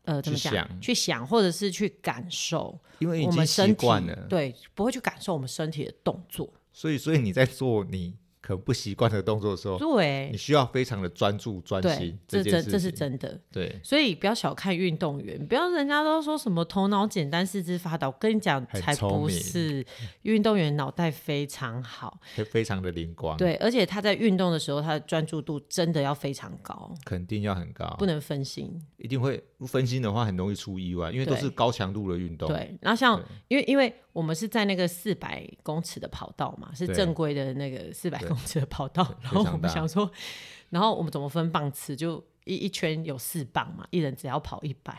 [SPEAKER 2] 呃怎么
[SPEAKER 1] 去
[SPEAKER 2] 讲
[SPEAKER 1] 想
[SPEAKER 2] 去想，或者是去感受
[SPEAKER 1] 因为已
[SPEAKER 2] 我
[SPEAKER 1] 经
[SPEAKER 2] 们
[SPEAKER 1] 习
[SPEAKER 2] 身体
[SPEAKER 1] 惯了，
[SPEAKER 2] 对，不会去感受我们身体的动作，
[SPEAKER 1] 所以所以你在做你可能不习惯的动作的时候，
[SPEAKER 2] 对
[SPEAKER 1] 你需要非常的专注专
[SPEAKER 2] 对
[SPEAKER 1] 心，，
[SPEAKER 2] 这
[SPEAKER 1] 件事
[SPEAKER 2] 真
[SPEAKER 1] 情，
[SPEAKER 2] 这是真的，
[SPEAKER 1] 对，
[SPEAKER 2] 所以不要小看运动员，不要人家都说什么头脑简单四肢发达，我跟你讲
[SPEAKER 1] 很
[SPEAKER 2] 才
[SPEAKER 1] 聪
[SPEAKER 2] 不
[SPEAKER 1] 明
[SPEAKER 2] 是，运动员脑袋非常好，
[SPEAKER 1] 非非常的灵光，，
[SPEAKER 2] 对，而且他在运动的时候，他的专注度真的要非常高，
[SPEAKER 1] 肯定要很高，
[SPEAKER 2] 不能分心。
[SPEAKER 1] 一定会分心的话很容易出意外，因为都
[SPEAKER 2] 对
[SPEAKER 1] 是高强度的运动，
[SPEAKER 2] 对，然后像
[SPEAKER 1] 对
[SPEAKER 2] 因为因为我们是在那个四百公尺的跑道嘛，是
[SPEAKER 1] 对
[SPEAKER 2] 正规的那个四百
[SPEAKER 1] 对
[SPEAKER 2] 公尺的跑道，然后
[SPEAKER 1] 非常
[SPEAKER 2] 我
[SPEAKER 1] 大
[SPEAKER 2] 们想说，然后我们怎么分棒次？就一一圈有四棒嘛，一人只要跑一百，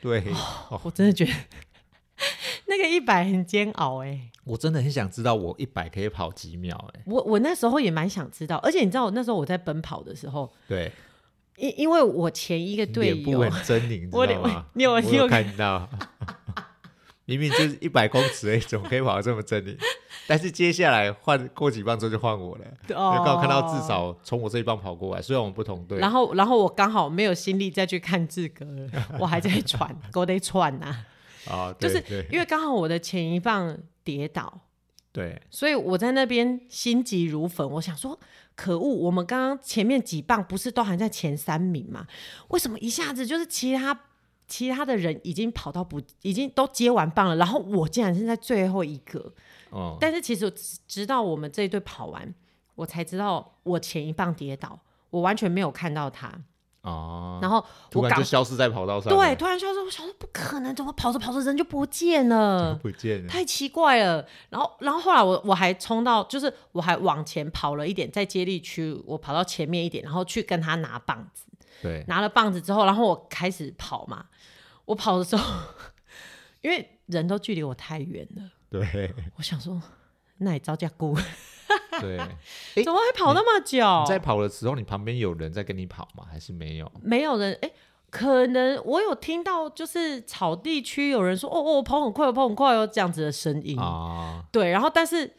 [SPEAKER 1] 对，
[SPEAKER 2] 哦
[SPEAKER 1] 哦
[SPEAKER 2] 我真的觉得 那个一百很煎熬哎、
[SPEAKER 1] 我真的很想知道我一百可以跑几秒、欸，哎，
[SPEAKER 2] 我我那时候也蛮想知道，而且你知道，我那时候我在奔跑的时候，
[SPEAKER 1] 对，
[SPEAKER 2] 因因为我前一个队
[SPEAKER 1] 脸部 很
[SPEAKER 2] 友，
[SPEAKER 1] 狰狞，
[SPEAKER 2] 我
[SPEAKER 1] 知道
[SPEAKER 2] 脸
[SPEAKER 1] 吗？
[SPEAKER 2] 你有
[SPEAKER 1] 我
[SPEAKER 2] 你有
[SPEAKER 1] 有看到， 明明就是一百公尺而已，怎么可以跑得这么狰狞？但是接下来换过几棒之后就换我了，
[SPEAKER 2] 哦
[SPEAKER 1] 刚好看到至少从我这一棒跑过来，虽然我们不同队，
[SPEAKER 2] 然后然后我刚好没有心力再去看志哥了，我还在喘， 我得喘呐、啊，
[SPEAKER 1] 啊，
[SPEAKER 2] 就
[SPEAKER 1] 对
[SPEAKER 2] 是
[SPEAKER 1] 对
[SPEAKER 2] 因为刚好我的前一棒跌倒，
[SPEAKER 1] 对，
[SPEAKER 2] 所以我在那边心急如焚，我想说，可恶，我们刚刚前面几棒不是都还在前三名吗？为什么一下子就是其他其他的人已经跑到不已经都接完棒了，然后我竟然是在最后一个？
[SPEAKER 1] 哦，
[SPEAKER 2] 但是其实我直直到我们这一队跑完，我才知道我前一棒跌倒，我完全没有看到他。
[SPEAKER 1] 哦，
[SPEAKER 2] 然后
[SPEAKER 1] 突
[SPEAKER 2] 我
[SPEAKER 1] 然
[SPEAKER 2] 赶
[SPEAKER 1] 就消失在跑道上，
[SPEAKER 2] 对，，突然消失，我想说不可能，怎么跑着跑着人就不见 了？
[SPEAKER 1] 不见了，
[SPEAKER 2] 太奇怪了。然后，然后后来我我还冲到，就是我还往前跑了一点，在接力区我跑到前面一点，然后去跟他拿棒子。
[SPEAKER 1] 对，
[SPEAKER 2] 拿了棒子之后，然后我开始跑嘛。我跑的时候， 因为人都距离我太远了，
[SPEAKER 1] 对，
[SPEAKER 2] 我想说，那你招架姑
[SPEAKER 1] 对。诶
[SPEAKER 2] 怎么会跑那么久？
[SPEAKER 1] 你在跑的时候，你旁边有人在跟你跑吗？还是没有？
[SPEAKER 2] 没有人哎、可能我有听到就是草地区有人说哦哦，我跑很快，我跑很快哦这样子的声音。
[SPEAKER 1] 啊，
[SPEAKER 2] 对，然后但是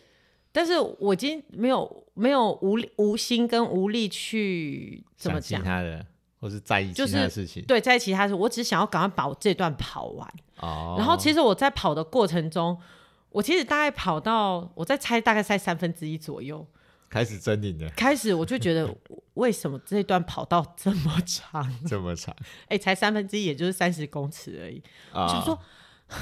[SPEAKER 2] 但是我已经没有没有无力无心跟无力去怎么
[SPEAKER 1] 想其
[SPEAKER 2] 讲？
[SPEAKER 1] 他的或是在意其
[SPEAKER 2] 就
[SPEAKER 1] 他的
[SPEAKER 2] 是
[SPEAKER 1] 事情。
[SPEAKER 2] 对，在其他事，我只想要赶快把我这段跑完。
[SPEAKER 1] 哦，
[SPEAKER 2] 然后其实我在跑的过程中，我其实大概跑到我在猜，大概猜三分之一左右，
[SPEAKER 1] 开始狰狞了，
[SPEAKER 2] 开始我就 觉得为什么这段跑到这么长？
[SPEAKER 1] 这么长
[SPEAKER 2] 哎，才三分之一，也就是三十公尺而已。
[SPEAKER 1] 啊！
[SPEAKER 2] 想说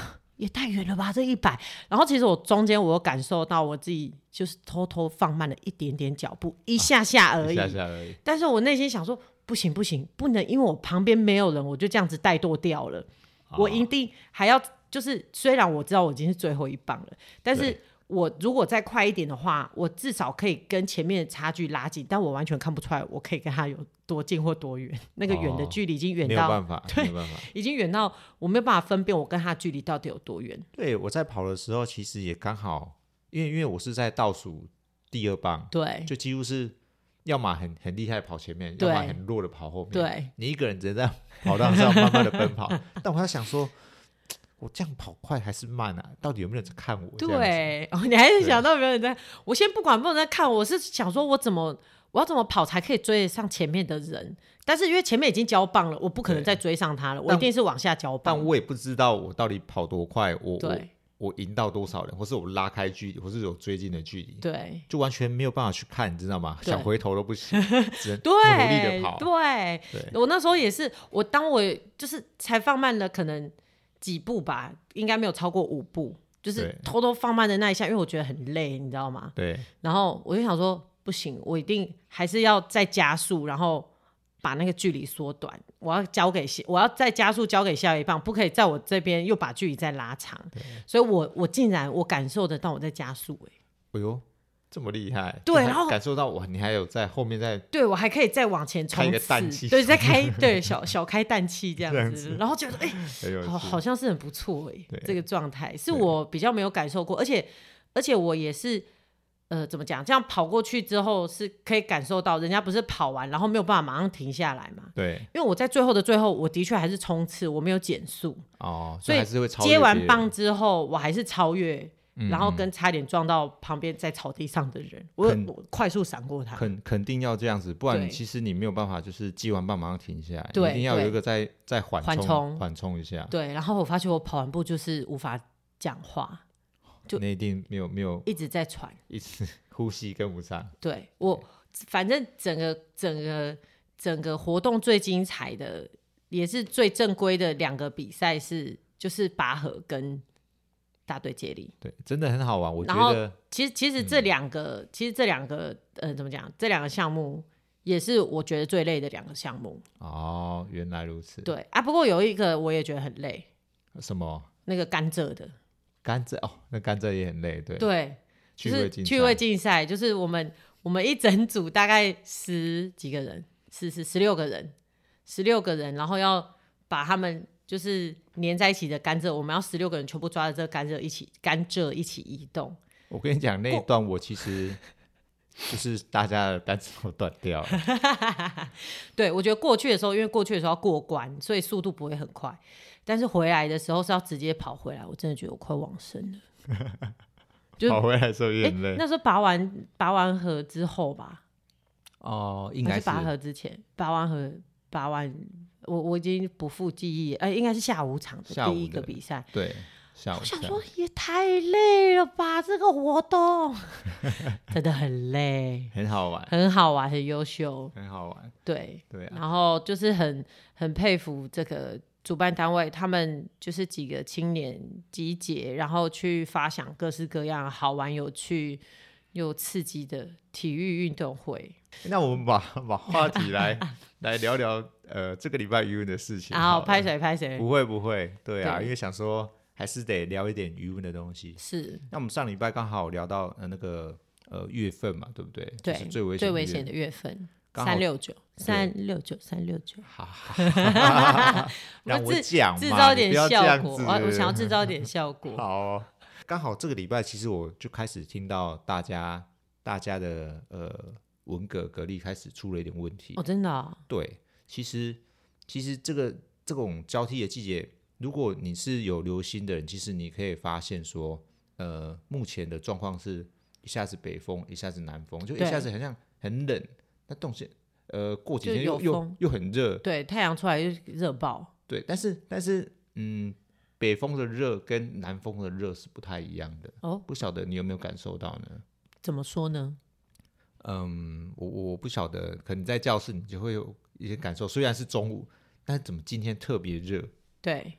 [SPEAKER 2] 也太远了吧，这一百。然后其实我中间我有感受到我自己就是偷偷放慢了一点点脚步，一下下而
[SPEAKER 1] 啊一
[SPEAKER 2] 已。
[SPEAKER 1] 下下而已，
[SPEAKER 2] 但是我内心想说，不行不行，不能因为我旁边没有人，我就这样子怠惰掉了。
[SPEAKER 1] 哦啊
[SPEAKER 2] 我一定还要就是，虽然我知道我已经是最后一棒了，但是
[SPEAKER 1] 对。
[SPEAKER 2] 我如果再快一点的话，我至少可以跟前面的差距拉近，但我完全看不出来我可以跟他有多近或多远。那个远的
[SPEAKER 1] 哦
[SPEAKER 2] 距离已经远
[SPEAKER 1] 没有
[SPEAKER 2] 到
[SPEAKER 1] 办法，没有办法。
[SPEAKER 2] 已经远到我没有办法分辨我跟他距离到底有多远。
[SPEAKER 1] 对，我在跑的时候，其实也刚好，因为因为我是在倒数第二棒，
[SPEAKER 2] 对
[SPEAKER 1] 就几乎是要么很很厉害地跑前面，要
[SPEAKER 2] 对
[SPEAKER 1] 么很弱的跑后面。，
[SPEAKER 2] 对，
[SPEAKER 1] 你一个人只能在跑道上慢慢的奔跑。 但我在想说，我这样跑快还是慢啊？到底有没有人在看我？这样子，
[SPEAKER 2] 对，哦，你还是想到没有人在，我先不管没有人在看，我是想说我怎么我要怎么跑才可以追得上前面的人，但是因为前面已经交棒了，我不可能
[SPEAKER 1] 对
[SPEAKER 2] 再追上他了，我
[SPEAKER 1] 但
[SPEAKER 2] 一定是往下交
[SPEAKER 1] 但
[SPEAKER 2] 棒。
[SPEAKER 1] 我也不知道我到底跑多快，我我
[SPEAKER 2] 对
[SPEAKER 1] 我赢到多少人，或是我拉开距离，或是有追近的距离，
[SPEAKER 2] 对
[SPEAKER 1] 就完全没有办法去看，你知道吗？
[SPEAKER 2] 对
[SPEAKER 1] 想回头都不 行，只能
[SPEAKER 2] 对
[SPEAKER 1] 努力的跑。
[SPEAKER 2] 对，
[SPEAKER 1] 对
[SPEAKER 2] 我那时候也是，我当我就是才放慢了可能几步吧，应该没有超过五步，就是
[SPEAKER 1] 对
[SPEAKER 2] 偷偷放慢的那一下，因为我觉得很累，你知道吗？
[SPEAKER 1] 对
[SPEAKER 2] 然后我就想说，不行，我一定还是要再加速，然后把那个距离缩短。我要交给下，我要再加速交给下一棒，不可以在我这边又把距离再拉长。所以我我竟然我感受得到我在加速、欸，
[SPEAKER 1] 哎呦，这么厉害！
[SPEAKER 2] 对
[SPEAKER 1] 就还
[SPEAKER 2] 然后
[SPEAKER 1] 感受到哇，你还有在后面在
[SPEAKER 2] 对我还可以再往前冲
[SPEAKER 1] 开一个
[SPEAKER 2] 刺
[SPEAKER 1] 氮气
[SPEAKER 2] 对，再开对小小开氮气这样
[SPEAKER 1] 这样
[SPEAKER 2] 子，然后觉得哎、
[SPEAKER 1] 很有
[SPEAKER 2] 好
[SPEAKER 1] 趣
[SPEAKER 2] 好像是很不错哎、
[SPEAKER 1] 对
[SPEAKER 2] 这个状态是
[SPEAKER 1] 对
[SPEAKER 2] 我比较没有感受过，而且而且我也是。呃，怎么讲？这样跑过去之后，是可以感受到人家不是跑完，然后没有办法马上停下来嘛？
[SPEAKER 1] 对
[SPEAKER 2] 因为我在最后的最后，我的确还是冲刺，我没有减速，
[SPEAKER 1] 哦，
[SPEAKER 2] 所以
[SPEAKER 1] 还是会超越
[SPEAKER 2] 接
[SPEAKER 1] 别
[SPEAKER 2] 完
[SPEAKER 1] 人
[SPEAKER 2] 棒之后，我还是超越，
[SPEAKER 1] 嗯
[SPEAKER 2] 然后
[SPEAKER 1] 嗯
[SPEAKER 2] 跟差点撞到旁边在草地上的人，我
[SPEAKER 1] 肯
[SPEAKER 2] 我快速闪过他。
[SPEAKER 1] 肯肯定要这样子，不然
[SPEAKER 2] 对
[SPEAKER 1] 其实你没有办法，就是接完棒马上停下来，你
[SPEAKER 2] 对
[SPEAKER 1] 一定要有一个再再缓
[SPEAKER 2] 缓
[SPEAKER 1] 冲
[SPEAKER 2] 冲
[SPEAKER 1] 缓冲一下，
[SPEAKER 2] 对，然后我发现我跑完步就是无法讲话，就
[SPEAKER 1] 那一定没有没有
[SPEAKER 2] 一直在喘。
[SPEAKER 1] 一直 呼吸跟不上，
[SPEAKER 2] 对我，反正整个整个整个活动最精彩的，也是最正规的两个比赛是就是拔河跟大队接力。
[SPEAKER 1] 对，真的很好玩，我觉
[SPEAKER 2] 然后
[SPEAKER 1] 得
[SPEAKER 2] 其实其实这两个、其实这两个呃怎么讲？这两个项目也是我觉得最累的两个项目。
[SPEAKER 1] 哦，原来如此，
[SPEAKER 2] 对啊，不过有一个我也觉得很累，
[SPEAKER 1] 什么
[SPEAKER 2] 那个甘蔗的，
[SPEAKER 1] 甘蔗哦，那甘蔗也很累，对，
[SPEAKER 2] 对，
[SPEAKER 1] 趣
[SPEAKER 2] 就是
[SPEAKER 1] 味竞
[SPEAKER 2] 趣味
[SPEAKER 1] 赛
[SPEAKER 2] 竞赛，就是我们我们一整组大概十几个人，十十十六个人，十六个人，然后要把他们就是粘在一起的甘蔗，我们要十六个人全部抓着这个甘蔗一起甘蔗一起移动。
[SPEAKER 1] 我跟你讲那一段，我其实就是大家的甘蔗都断掉了，
[SPEAKER 2] 对我觉得过去的时候，因为过去的时候要过关，所以速度不会很快，但是回来的时候是要直接跑回来，我真的觉得我快往生了。 就
[SPEAKER 1] 跑回来的时候也
[SPEAKER 2] 哎
[SPEAKER 1] 很累，
[SPEAKER 2] 那时候拔完拔完河之后吧，
[SPEAKER 1] 哦，应
[SPEAKER 2] 还
[SPEAKER 1] 该
[SPEAKER 2] 是拔河之前，拔完河，拔完，我我已经不复记忆，哎、应该是下午场
[SPEAKER 1] 下
[SPEAKER 2] 的
[SPEAKER 1] 午
[SPEAKER 2] 第一个
[SPEAKER 1] 的
[SPEAKER 2] 比赛。
[SPEAKER 1] 对，下午
[SPEAKER 2] 我想
[SPEAKER 1] 下
[SPEAKER 2] 说也太累了吧，这个活动 真的很累，
[SPEAKER 1] 很好玩，
[SPEAKER 2] 很好玩，很优秀，
[SPEAKER 1] 很好玩，
[SPEAKER 2] 对。
[SPEAKER 1] 对啊，
[SPEAKER 2] 然后就是很很佩服这个主办单位，他们就是几个青年集结，然后去发想各式各样好玩、有趣又刺激的体育运动会。
[SPEAKER 1] 那我们把把话题来来聊聊，呃，这个礼拜余文的事情
[SPEAKER 2] 然
[SPEAKER 1] 好
[SPEAKER 2] 后
[SPEAKER 1] 了。
[SPEAKER 2] 啊拍谁拍谁，
[SPEAKER 1] 不会不会，对啊，
[SPEAKER 2] 对
[SPEAKER 1] 因为想说还是得聊一点余文的东西。
[SPEAKER 2] 是
[SPEAKER 1] 那我们上礼拜刚好聊到呃那个呃月份嘛，对不对？
[SPEAKER 2] 对，
[SPEAKER 1] 就是最危险
[SPEAKER 2] 最
[SPEAKER 1] 的
[SPEAKER 2] 危
[SPEAKER 1] 月
[SPEAKER 2] 险。的月份，
[SPEAKER 1] 刚好
[SPEAKER 2] 三六九，三六九，三六九，
[SPEAKER 1] 好， 让
[SPEAKER 2] 我
[SPEAKER 1] 我
[SPEAKER 2] 自
[SPEAKER 1] 讲嘛，
[SPEAKER 2] 制造一
[SPEAKER 1] 你
[SPEAKER 2] 点
[SPEAKER 1] 不要这
[SPEAKER 2] 效
[SPEAKER 1] 样
[SPEAKER 2] 果，
[SPEAKER 1] 子
[SPEAKER 2] 我我想要制造一点效 果。
[SPEAKER 1] 好哦、刚好这个礼拜，其实我就开始听到大家大家的呃文革格力开始出了一点问题。
[SPEAKER 2] 哦，真的哦，
[SPEAKER 1] 对，其实其实这个这种交替的季节，如果你是有留心的人，其实你可以发现说，呃，目前的状况是一下子北风，一下子南风，就一
[SPEAKER 2] 对
[SPEAKER 1] 下子很像很冷，那动线呃过几天
[SPEAKER 2] 就
[SPEAKER 1] 又
[SPEAKER 2] 有
[SPEAKER 1] 又
[SPEAKER 2] 风
[SPEAKER 1] 又很热，
[SPEAKER 2] 对，太阳出来就热爆，
[SPEAKER 1] 对，但是但是嗯，北风的热跟南风的热是不太一样的
[SPEAKER 2] 哦
[SPEAKER 1] 不晓得你有没有感受到呢？
[SPEAKER 2] 怎么说呢？
[SPEAKER 1] 嗯，我我不晓得，可能在教室你就会有一些感受，虽然是中午，但是怎么今天特别热？
[SPEAKER 2] 对，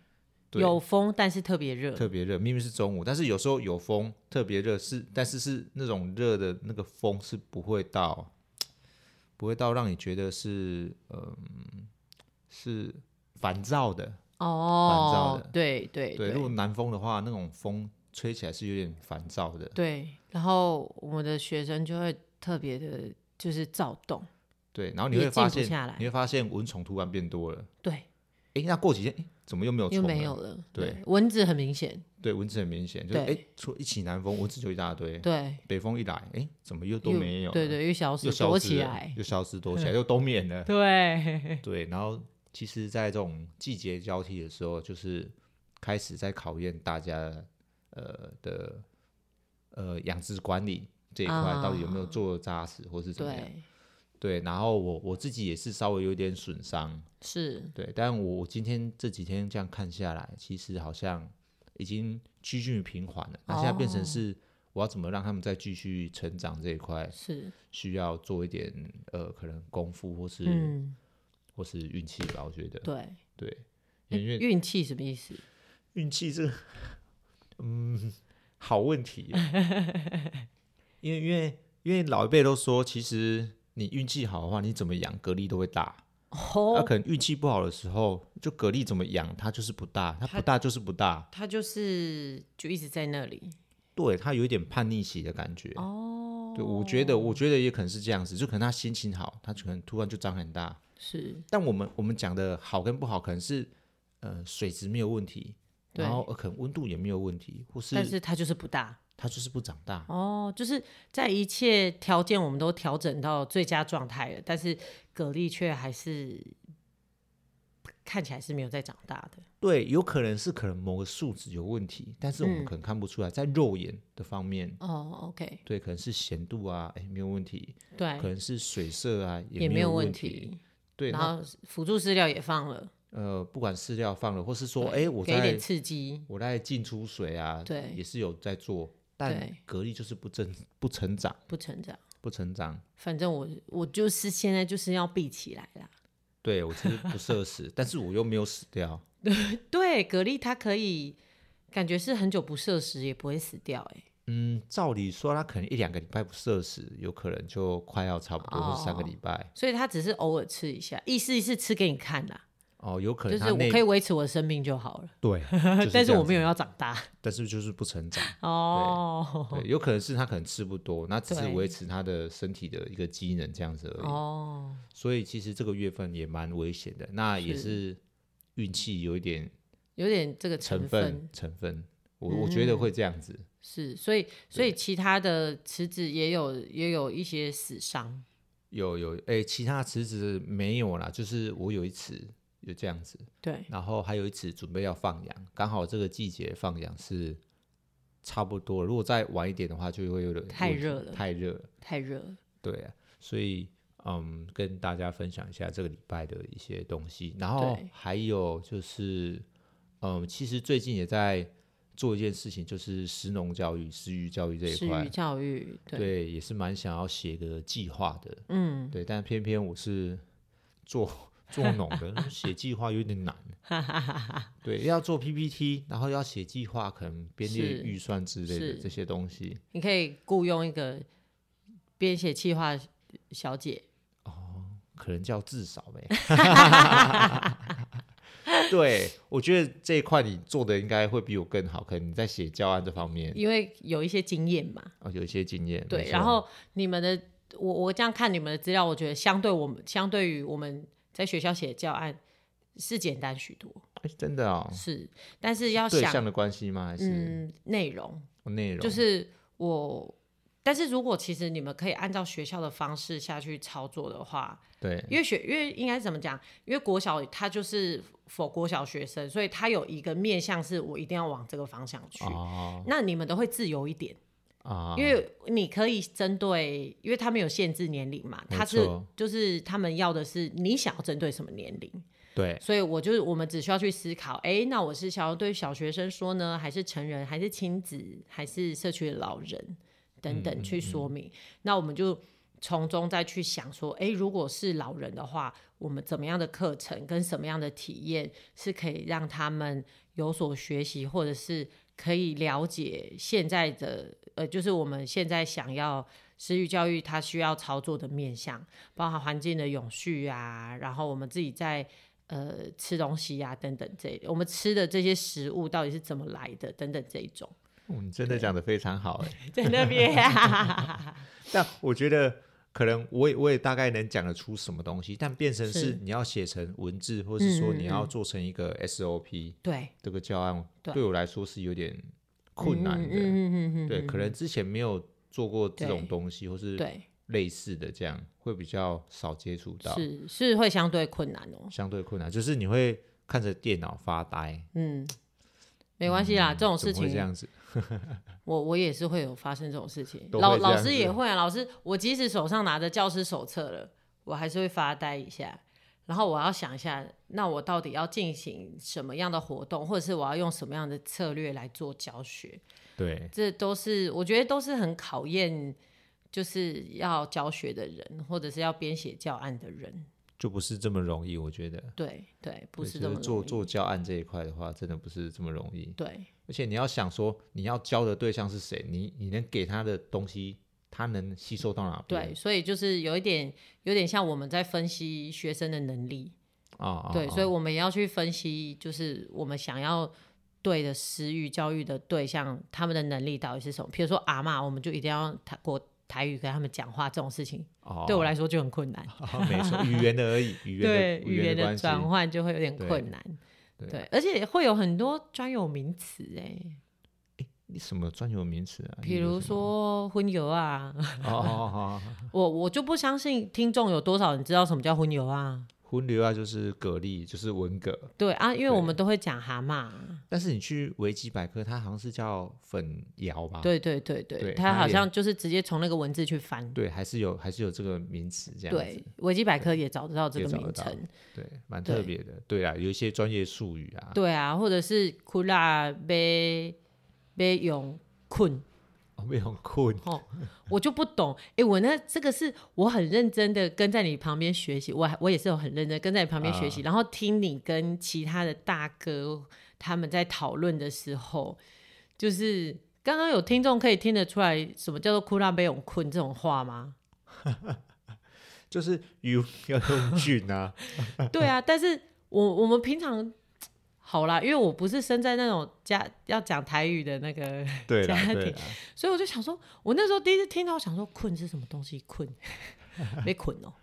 [SPEAKER 1] 对
[SPEAKER 2] 有风，但是特别热，
[SPEAKER 1] 特别热，明明是中午，但是有时候有风，特别热是，但是是那种热的那个风是不会到，不会到让你觉得是嗯、是烦躁的。
[SPEAKER 2] 哦
[SPEAKER 1] 烦躁的，
[SPEAKER 2] 对对
[SPEAKER 1] 对，如果南风的话，那种风吹起来是有点烦躁的。
[SPEAKER 2] 对，然后我的学生就会特别的，就是躁动，
[SPEAKER 1] 对，然后你
[SPEAKER 2] 也
[SPEAKER 1] 会发
[SPEAKER 2] 静不
[SPEAKER 1] 现
[SPEAKER 2] 下来，
[SPEAKER 1] 你会发现蚊虫突然变多了。
[SPEAKER 2] 对，
[SPEAKER 1] 诶，那过几天，诶，怎么又没有虫
[SPEAKER 2] 又
[SPEAKER 1] 了？
[SPEAKER 2] 没有了，
[SPEAKER 1] 对，
[SPEAKER 2] 蚊子很明显，
[SPEAKER 1] 对，蚊子很明显，就是
[SPEAKER 2] 对
[SPEAKER 1] 诶，出一起南风，蚊子就一大堆。
[SPEAKER 2] 对，
[SPEAKER 1] 北风一来，诶，怎么又都
[SPEAKER 2] 又
[SPEAKER 1] 没有了？
[SPEAKER 2] 对对，又消失，
[SPEAKER 1] 又消
[SPEAKER 2] 躲
[SPEAKER 1] 失
[SPEAKER 2] 起
[SPEAKER 1] 了
[SPEAKER 2] 来，
[SPEAKER 1] 又消失， 躲起来，又冬眠了。
[SPEAKER 2] 对，
[SPEAKER 1] 对，然后其实，在这种季节交替的时候，就是开始在考验大家呃的呃养殖管理这一块
[SPEAKER 2] 啊
[SPEAKER 1] 到底有没有做扎实，或是怎么样？
[SPEAKER 2] 对，
[SPEAKER 1] 对，然后我我自己也是稍微有点损伤，
[SPEAKER 2] 是，
[SPEAKER 1] 对，但我我今天这几天这样看下来，其实好像已经趋近于平缓了。那现在变成
[SPEAKER 2] 哦
[SPEAKER 1] 是我要怎么让他们再继续成长这一块，
[SPEAKER 2] 是，
[SPEAKER 1] 需要做一点呃可能功夫或是、
[SPEAKER 2] 嗯，
[SPEAKER 1] 或是运气吧，我觉得。
[SPEAKER 2] 对，
[SPEAKER 1] 对，
[SPEAKER 2] 诶
[SPEAKER 1] 因为
[SPEAKER 2] 运气什么意思？
[SPEAKER 1] 运气这个，嗯，好问题 啊。因为因为因为老一辈都说，其实你运气好的话，你怎么养蛤蜊都会大。那、
[SPEAKER 2] 哦，
[SPEAKER 1] 可能运气不好的时候，就蛤蜊怎么养，它就是不大，它
[SPEAKER 2] 它
[SPEAKER 1] 不大就是不大。
[SPEAKER 2] 他就是就一直在那里，
[SPEAKER 1] 对，它有一点叛逆期的感觉。
[SPEAKER 2] 哦，
[SPEAKER 1] 对，我觉得我觉得也可能是这样子，就可能他心情好，他可能突然就长很大。
[SPEAKER 2] 是，
[SPEAKER 1] 但我们我们讲的好跟不好，可能是呃水质没有问题，
[SPEAKER 2] 对
[SPEAKER 1] 然后呃可能温度也没有问题，或
[SPEAKER 2] 但
[SPEAKER 1] 是
[SPEAKER 2] 是他就是不大，
[SPEAKER 1] 它就是不长大。
[SPEAKER 2] 哦，就是在一切条件我们都调整到最佳状态了，但是蛤蜊却还是看起来是没有在长大的。
[SPEAKER 1] 对，有可能是可能某个数值有问题，但是我
[SPEAKER 2] 嗯
[SPEAKER 1] 们可能看不出来，在肉眼的方面，
[SPEAKER 2] 哦，OK，
[SPEAKER 1] 对，可能是咸度啊，哎，没有问题，
[SPEAKER 2] 对
[SPEAKER 1] 可，能是水色啊，
[SPEAKER 2] 哎也
[SPEAKER 1] 没
[SPEAKER 2] 有
[SPEAKER 1] 问
[SPEAKER 2] 题。。
[SPEAKER 1] 对，
[SPEAKER 2] 然
[SPEAKER 1] 那
[SPEAKER 2] 后辅助饲料也放了，
[SPEAKER 1] 呃，不管饲料放了，或是说，
[SPEAKER 2] 对
[SPEAKER 1] 哎，我
[SPEAKER 2] 给一点
[SPEAKER 1] 在
[SPEAKER 2] 刺激，
[SPEAKER 1] 我在进出水啊，
[SPEAKER 2] 对
[SPEAKER 1] 也是有在做，但
[SPEAKER 2] 对
[SPEAKER 1] 蛤蜊就是不增不成长，
[SPEAKER 2] 不成长。
[SPEAKER 1] 不成长。
[SPEAKER 2] 反正我我就是现在就是要闭起来啦。
[SPEAKER 1] 对我其实不社死，但是我又没有死掉。
[SPEAKER 2] 对，蛤蜊它可以感觉是很久不摄食也不会死掉、欸，
[SPEAKER 1] 嗯，照理说，它可能一两个礼拜不社死，有可能就快要差不多，或是三个
[SPEAKER 2] 哦
[SPEAKER 1] 礼拜
[SPEAKER 2] 所以它只是偶尔吃一下，意思是吃给你看啦，
[SPEAKER 1] 哦，有可
[SPEAKER 2] 就
[SPEAKER 1] 能它
[SPEAKER 2] 是我
[SPEAKER 1] 内
[SPEAKER 2] 可以维持我的生命就好了。
[SPEAKER 1] 对，就是
[SPEAKER 2] 但是
[SPEAKER 1] 这样
[SPEAKER 2] 我没有
[SPEAKER 1] 子，
[SPEAKER 2] 要长 大
[SPEAKER 1] 但是就是不成长。
[SPEAKER 2] 哦
[SPEAKER 1] 对，有可能是他可能吃不多，那只是
[SPEAKER 2] 对
[SPEAKER 1] 维持他的身体的一个机能这样子而已。
[SPEAKER 2] 哦，
[SPEAKER 1] 所以其实这个月份也蛮危险的，那也
[SPEAKER 2] 是
[SPEAKER 1] 是运气有一点
[SPEAKER 2] 有点这个
[SPEAKER 1] 成
[SPEAKER 2] 成嗯
[SPEAKER 1] 分成分，我我觉得会这样子。
[SPEAKER 2] 是，所以所以其他的池子也有也有一些死伤
[SPEAKER 1] 有有，哎、其他池子没有啦，就是我有一池有这样子，
[SPEAKER 2] 对
[SPEAKER 1] 然后还有一池准备要放养，刚好这个季节放养是差不多，如果再晚一点的话，就会有点
[SPEAKER 2] 太
[SPEAKER 1] 问题
[SPEAKER 2] 热了
[SPEAKER 1] 太热了。
[SPEAKER 2] 太热了，
[SPEAKER 1] 对啊、所以嗯，跟大家分享一下这个礼拜的一些东西，然后
[SPEAKER 2] 对
[SPEAKER 1] 还有就是，嗯，其实最近也在做一件事情，就是食农教育、食育教育这
[SPEAKER 2] 失
[SPEAKER 1] 一
[SPEAKER 2] 语
[SPEAKER 1] 块，
[SPEAKER 2] 教育对
[SPEAKER 1] 对，也是蛮想要写个计划的，
[SPEAKER 2] 嗯，
[SPEAKER 1] 对，但偏偏我是做 做农的，写计划有点难，
[SPEAKER 2] 哈哈哈哈，
[SPEAKER 1] 对，要做 PPT，然后要写计划，可能编列
[SPEAKER 2] 是
[SPEAKER 1] 预算之类的
[SPEAKER 2] 是
[SPEAKER 1] 这些东西，
[SPEAKER 2] 你可以雇佣一个编写企划小姐，
[SPEAKER 1] 可能叫至少呗。 对，我觉得这一块你做的应该会比我更好，可能你在写教案这方面
[SPEAKER 2] 因为有一些经验嘛，
[SPEAKER 1] 哦有一些经验。没
[SPEAKER 2] 对，
[SPEAKER 1] 错
[SPEAKER 2] 然后你们的，我我这样看你们的资料，我觉得相对我们相对于我们在学校写的教案是简单许多，
[SPEAKER 1] 哎真的哦，
[SPEAKER 2] 是，但是要
[SPEAKER 1] 对
[SPEAKER 2] 想
[SPEAKER 1] 象的关系吗？还是
[SPEAKER 2] 嗯内容，
[SPEAKER 1] 内容？
[SPEAKER 2] 就是我，但是如果其实你们可以按照学校的方式下去操作的话，
[SPEAKER 1] 对
[SPEAKER 2] 因为学因为应该怎么讲，因为国小它就是否国小学生，所以它有一个面向是我一定要往这个方向去，
[SPEAKER 1] 哦
[SPEAKER 2] 那你们都会自由一点。
[SPEAKER 1] 啊，
[SPEAKER 2] 因为你可以针对，因为他们有限制年龄嘛，
[SPEAKER 1] 没
[SPEAKER 2] 他是
[SPEAKER 1] 错
[SPEAKER 2] 就是他们要的是你想要针对什么年龄，
[SPEAKER 1] 对
[SPEAKER 2] 所以我就是我们只需要去思考，哎，那我是想要对小学生说呢，还是成人，还是亲子，还是社区的老人等等去说明。那我们就从中再去想说，哎，如果是老人的话，我们怎么样的课程跟什么样的体验是可以让他们有所学习，或者是可以了解现在的呃，就是我们现在想要。私域教育它需要操作的面向，包含环境的永续啊，然后我们自己在呃吃东西呀、等等这，我们吃的这些食物到底是怎么来的等等这一种，
[SPEAKER 1] 哦你真的讲的非常好哎。
[SPEAKER 2] 在那边、
[SPEAKER 1] 但我觉得可能我也我也大概能讲得出什么东西，但变成是
[SPEAKER 2] 是
[SPEAKER 1] 你要写成文字，或是说
[SPEAKER 2] 嗯嗯
[SPEAKER 1] 你要做成一个 SOP
[SPEAKER 2] 对，
[SPEAKER 1] 这个教案，
[SPEAKER 2] 对
[SPEAKER 1] 对我来说是有点困难
[SPEAKER 2] 嗯
[SPEAKER 1] 的。
[SPEAKER 2] 嗯嗯嗯，
[SPEAKER 1] 对，可能之前没有做过这种
[SPEAKER 2] 对
[SPEAKER 1] 东西，或是
[SPEAKER 2] 对，
[SPEAKER 1] 类似的这样，会比较少接触到，
[SPEAKER 2] 是是会相对困难哦、
[SPEAKER 1] 相对困难。就是你会看着电脑发呆，
[SPEAKER 2] 嗯，没关系啦，这种
[SPEAKER 1] 嗯怎
[SPEAKER 2] 事
[SPEAKER 1] 么会这
[SPEAKER 2] 情
[SPEAKER 1] 样子？
[SPEAKER 2] 我我也是会有发生这种事情，
[SPEAKER 1] 都会
[SPEAKER 2] 老
[SPEAKER 1] 这样
[SPEAKER 2] 老
[SPEAKER 1] 子
[SPEAKER 2] 师也会啊，老师我即使手上拿着教师手册了，我还是会发呆一下。然后我要想一下，那我到底要进行什么样的活动，或者是我要用什么样的策略来做教学？
[SPEAKER 1] 对，
[SPEAKER 2] 这都是我觉得都是很考验，就是要教学的人，或者是要编写教案的人。
[SPEAKER 1] 就不是这么容易，我觉得。
[SPEAKER 2] 对对，不
[SPEAKER 1] 对
[SPEAKER 2] 是
[SPEAKER 1] 就
[SPEAKER 2] 这么容易。
[SPEAKER 1] 做做教案这一块的话，真的不是这么容易。
[SPEAKER 2] 对
[SPEAKER 1] 而且你要想说，你要教的对象是谁，你你能给他的东西，他能吸收到哪边？
[SPEAKER 2] 对，所以就是有一点有点像我们在分析学生的能力。
[SPEAKER 1] 啊，啊
[SPEAKER 2] 对，
[SPEAKER 1] 啊
[SPEAKER 2] 所以我们也要去分析，就是我们想要对的私域教育的对象，他们的能力到底是什么？比如说阿嬷，我们就一定要台国台语跟他们讲话这种事情，
[SPEAKER 1] 哦
[SPEAKER 2] 对我来说就很困难。
[SPEAKER 1] 啊没错，语言的而已，语
[SPEAKER 2] 对
[SPEAKER 1] 言的
[SPEAKER 2] 语言
[SPEAKER 1] 的
[SPEAKER 2] 的
[SPEAKER 1] 关系。
[SPEAKER 2] 转换就会有点
[SPEAKER 1] 对
[SPEAKER 2] 困难。
[SPEAKER 1] 对
[SPEAKER 2] 对，而且会有很多专有名词哎，
[SPEAKER 1] 你什么专有名词啊？
[SPEAKER 2] 比
[SPEAKER 1] 你有
[SPEAKER 2] 如
[SPEAKER 1] 什么，
[SPEAKER 2] 说荤油啊，
[SPEAKER 1] 哦哦哦，哦
[SPEAKER 2] 我我就不相信听众有多少人知道什么叫荤油啊。
[SPEAKER 1] 荤流啊，就是蛤蜊，就是文蛤。
[SPEAKER 2] 对啊，因为
[SPEAKER 1] 对啊
[SPEAKER 2] 我们都会讲蛤蟆，
[SPEAKER 1] 但是你去维基百科，它好像是叫粉肴吧？
[SPEAKER 2] 对对对对，
[SPEAKER 1] 对
[SPEAKER 2] 他
[SPEAKER 1] 它
[SPEAKER 2] 好
[SPEAKER 1] 也
[SPEAKER 2] 像就是直接从那个文字去翻。
[SPEAKER 1] 对，还是有还是有这个名词这样
[SPEAKER 2] 对
[SPEAKER 1] 子。，
[SPEAKER 2] 维基百科也找得到这
[SPEAKER 1] 也
[SPEAKER 2] 个
[SPEAKER 1] 找得
[SPEAKER 2] 名
[SPEAKER 1] 到
[SPEAKER 2] 称。
[SPEAKER 1] 对，蛮
[SPEAKER 2] 对
[SPEAKER 1] 特别的。对啊，有一些专业术语啊。
[SPEAKER 2] 对啊，或者是库拉贝贝永困，
[SPEAKER 1] 哦，没有困。
[SPEAKER 2] 哦，我就不懂。哎、我那这个是我很认真的跟在你旁边学习，我还我也是有很认真地跟在你旁边学习，然后听你跟其他的大哥他们在讨论的时候，就是刚刚有听众可以听得出来什么叫做“哭拉贝永困”这种话吗？
[SPEAKER 1] 就是语要用 菌啊，
[SPEAKER 2] 对啊，但是我我们平常。好啦，因为我不是生在那种家要讲台语的那个，
[SPEAKER 1] 对啦
[SPEAKER 2] 家
[SPEAKER 1] 对
[SPEAKER 2] 庭
[SPEAKER 1] 啦，
[SPEAKER 2] 所以我就想说，我那时候第一次听到，我想说“困”是什么东西？困， 被困哦、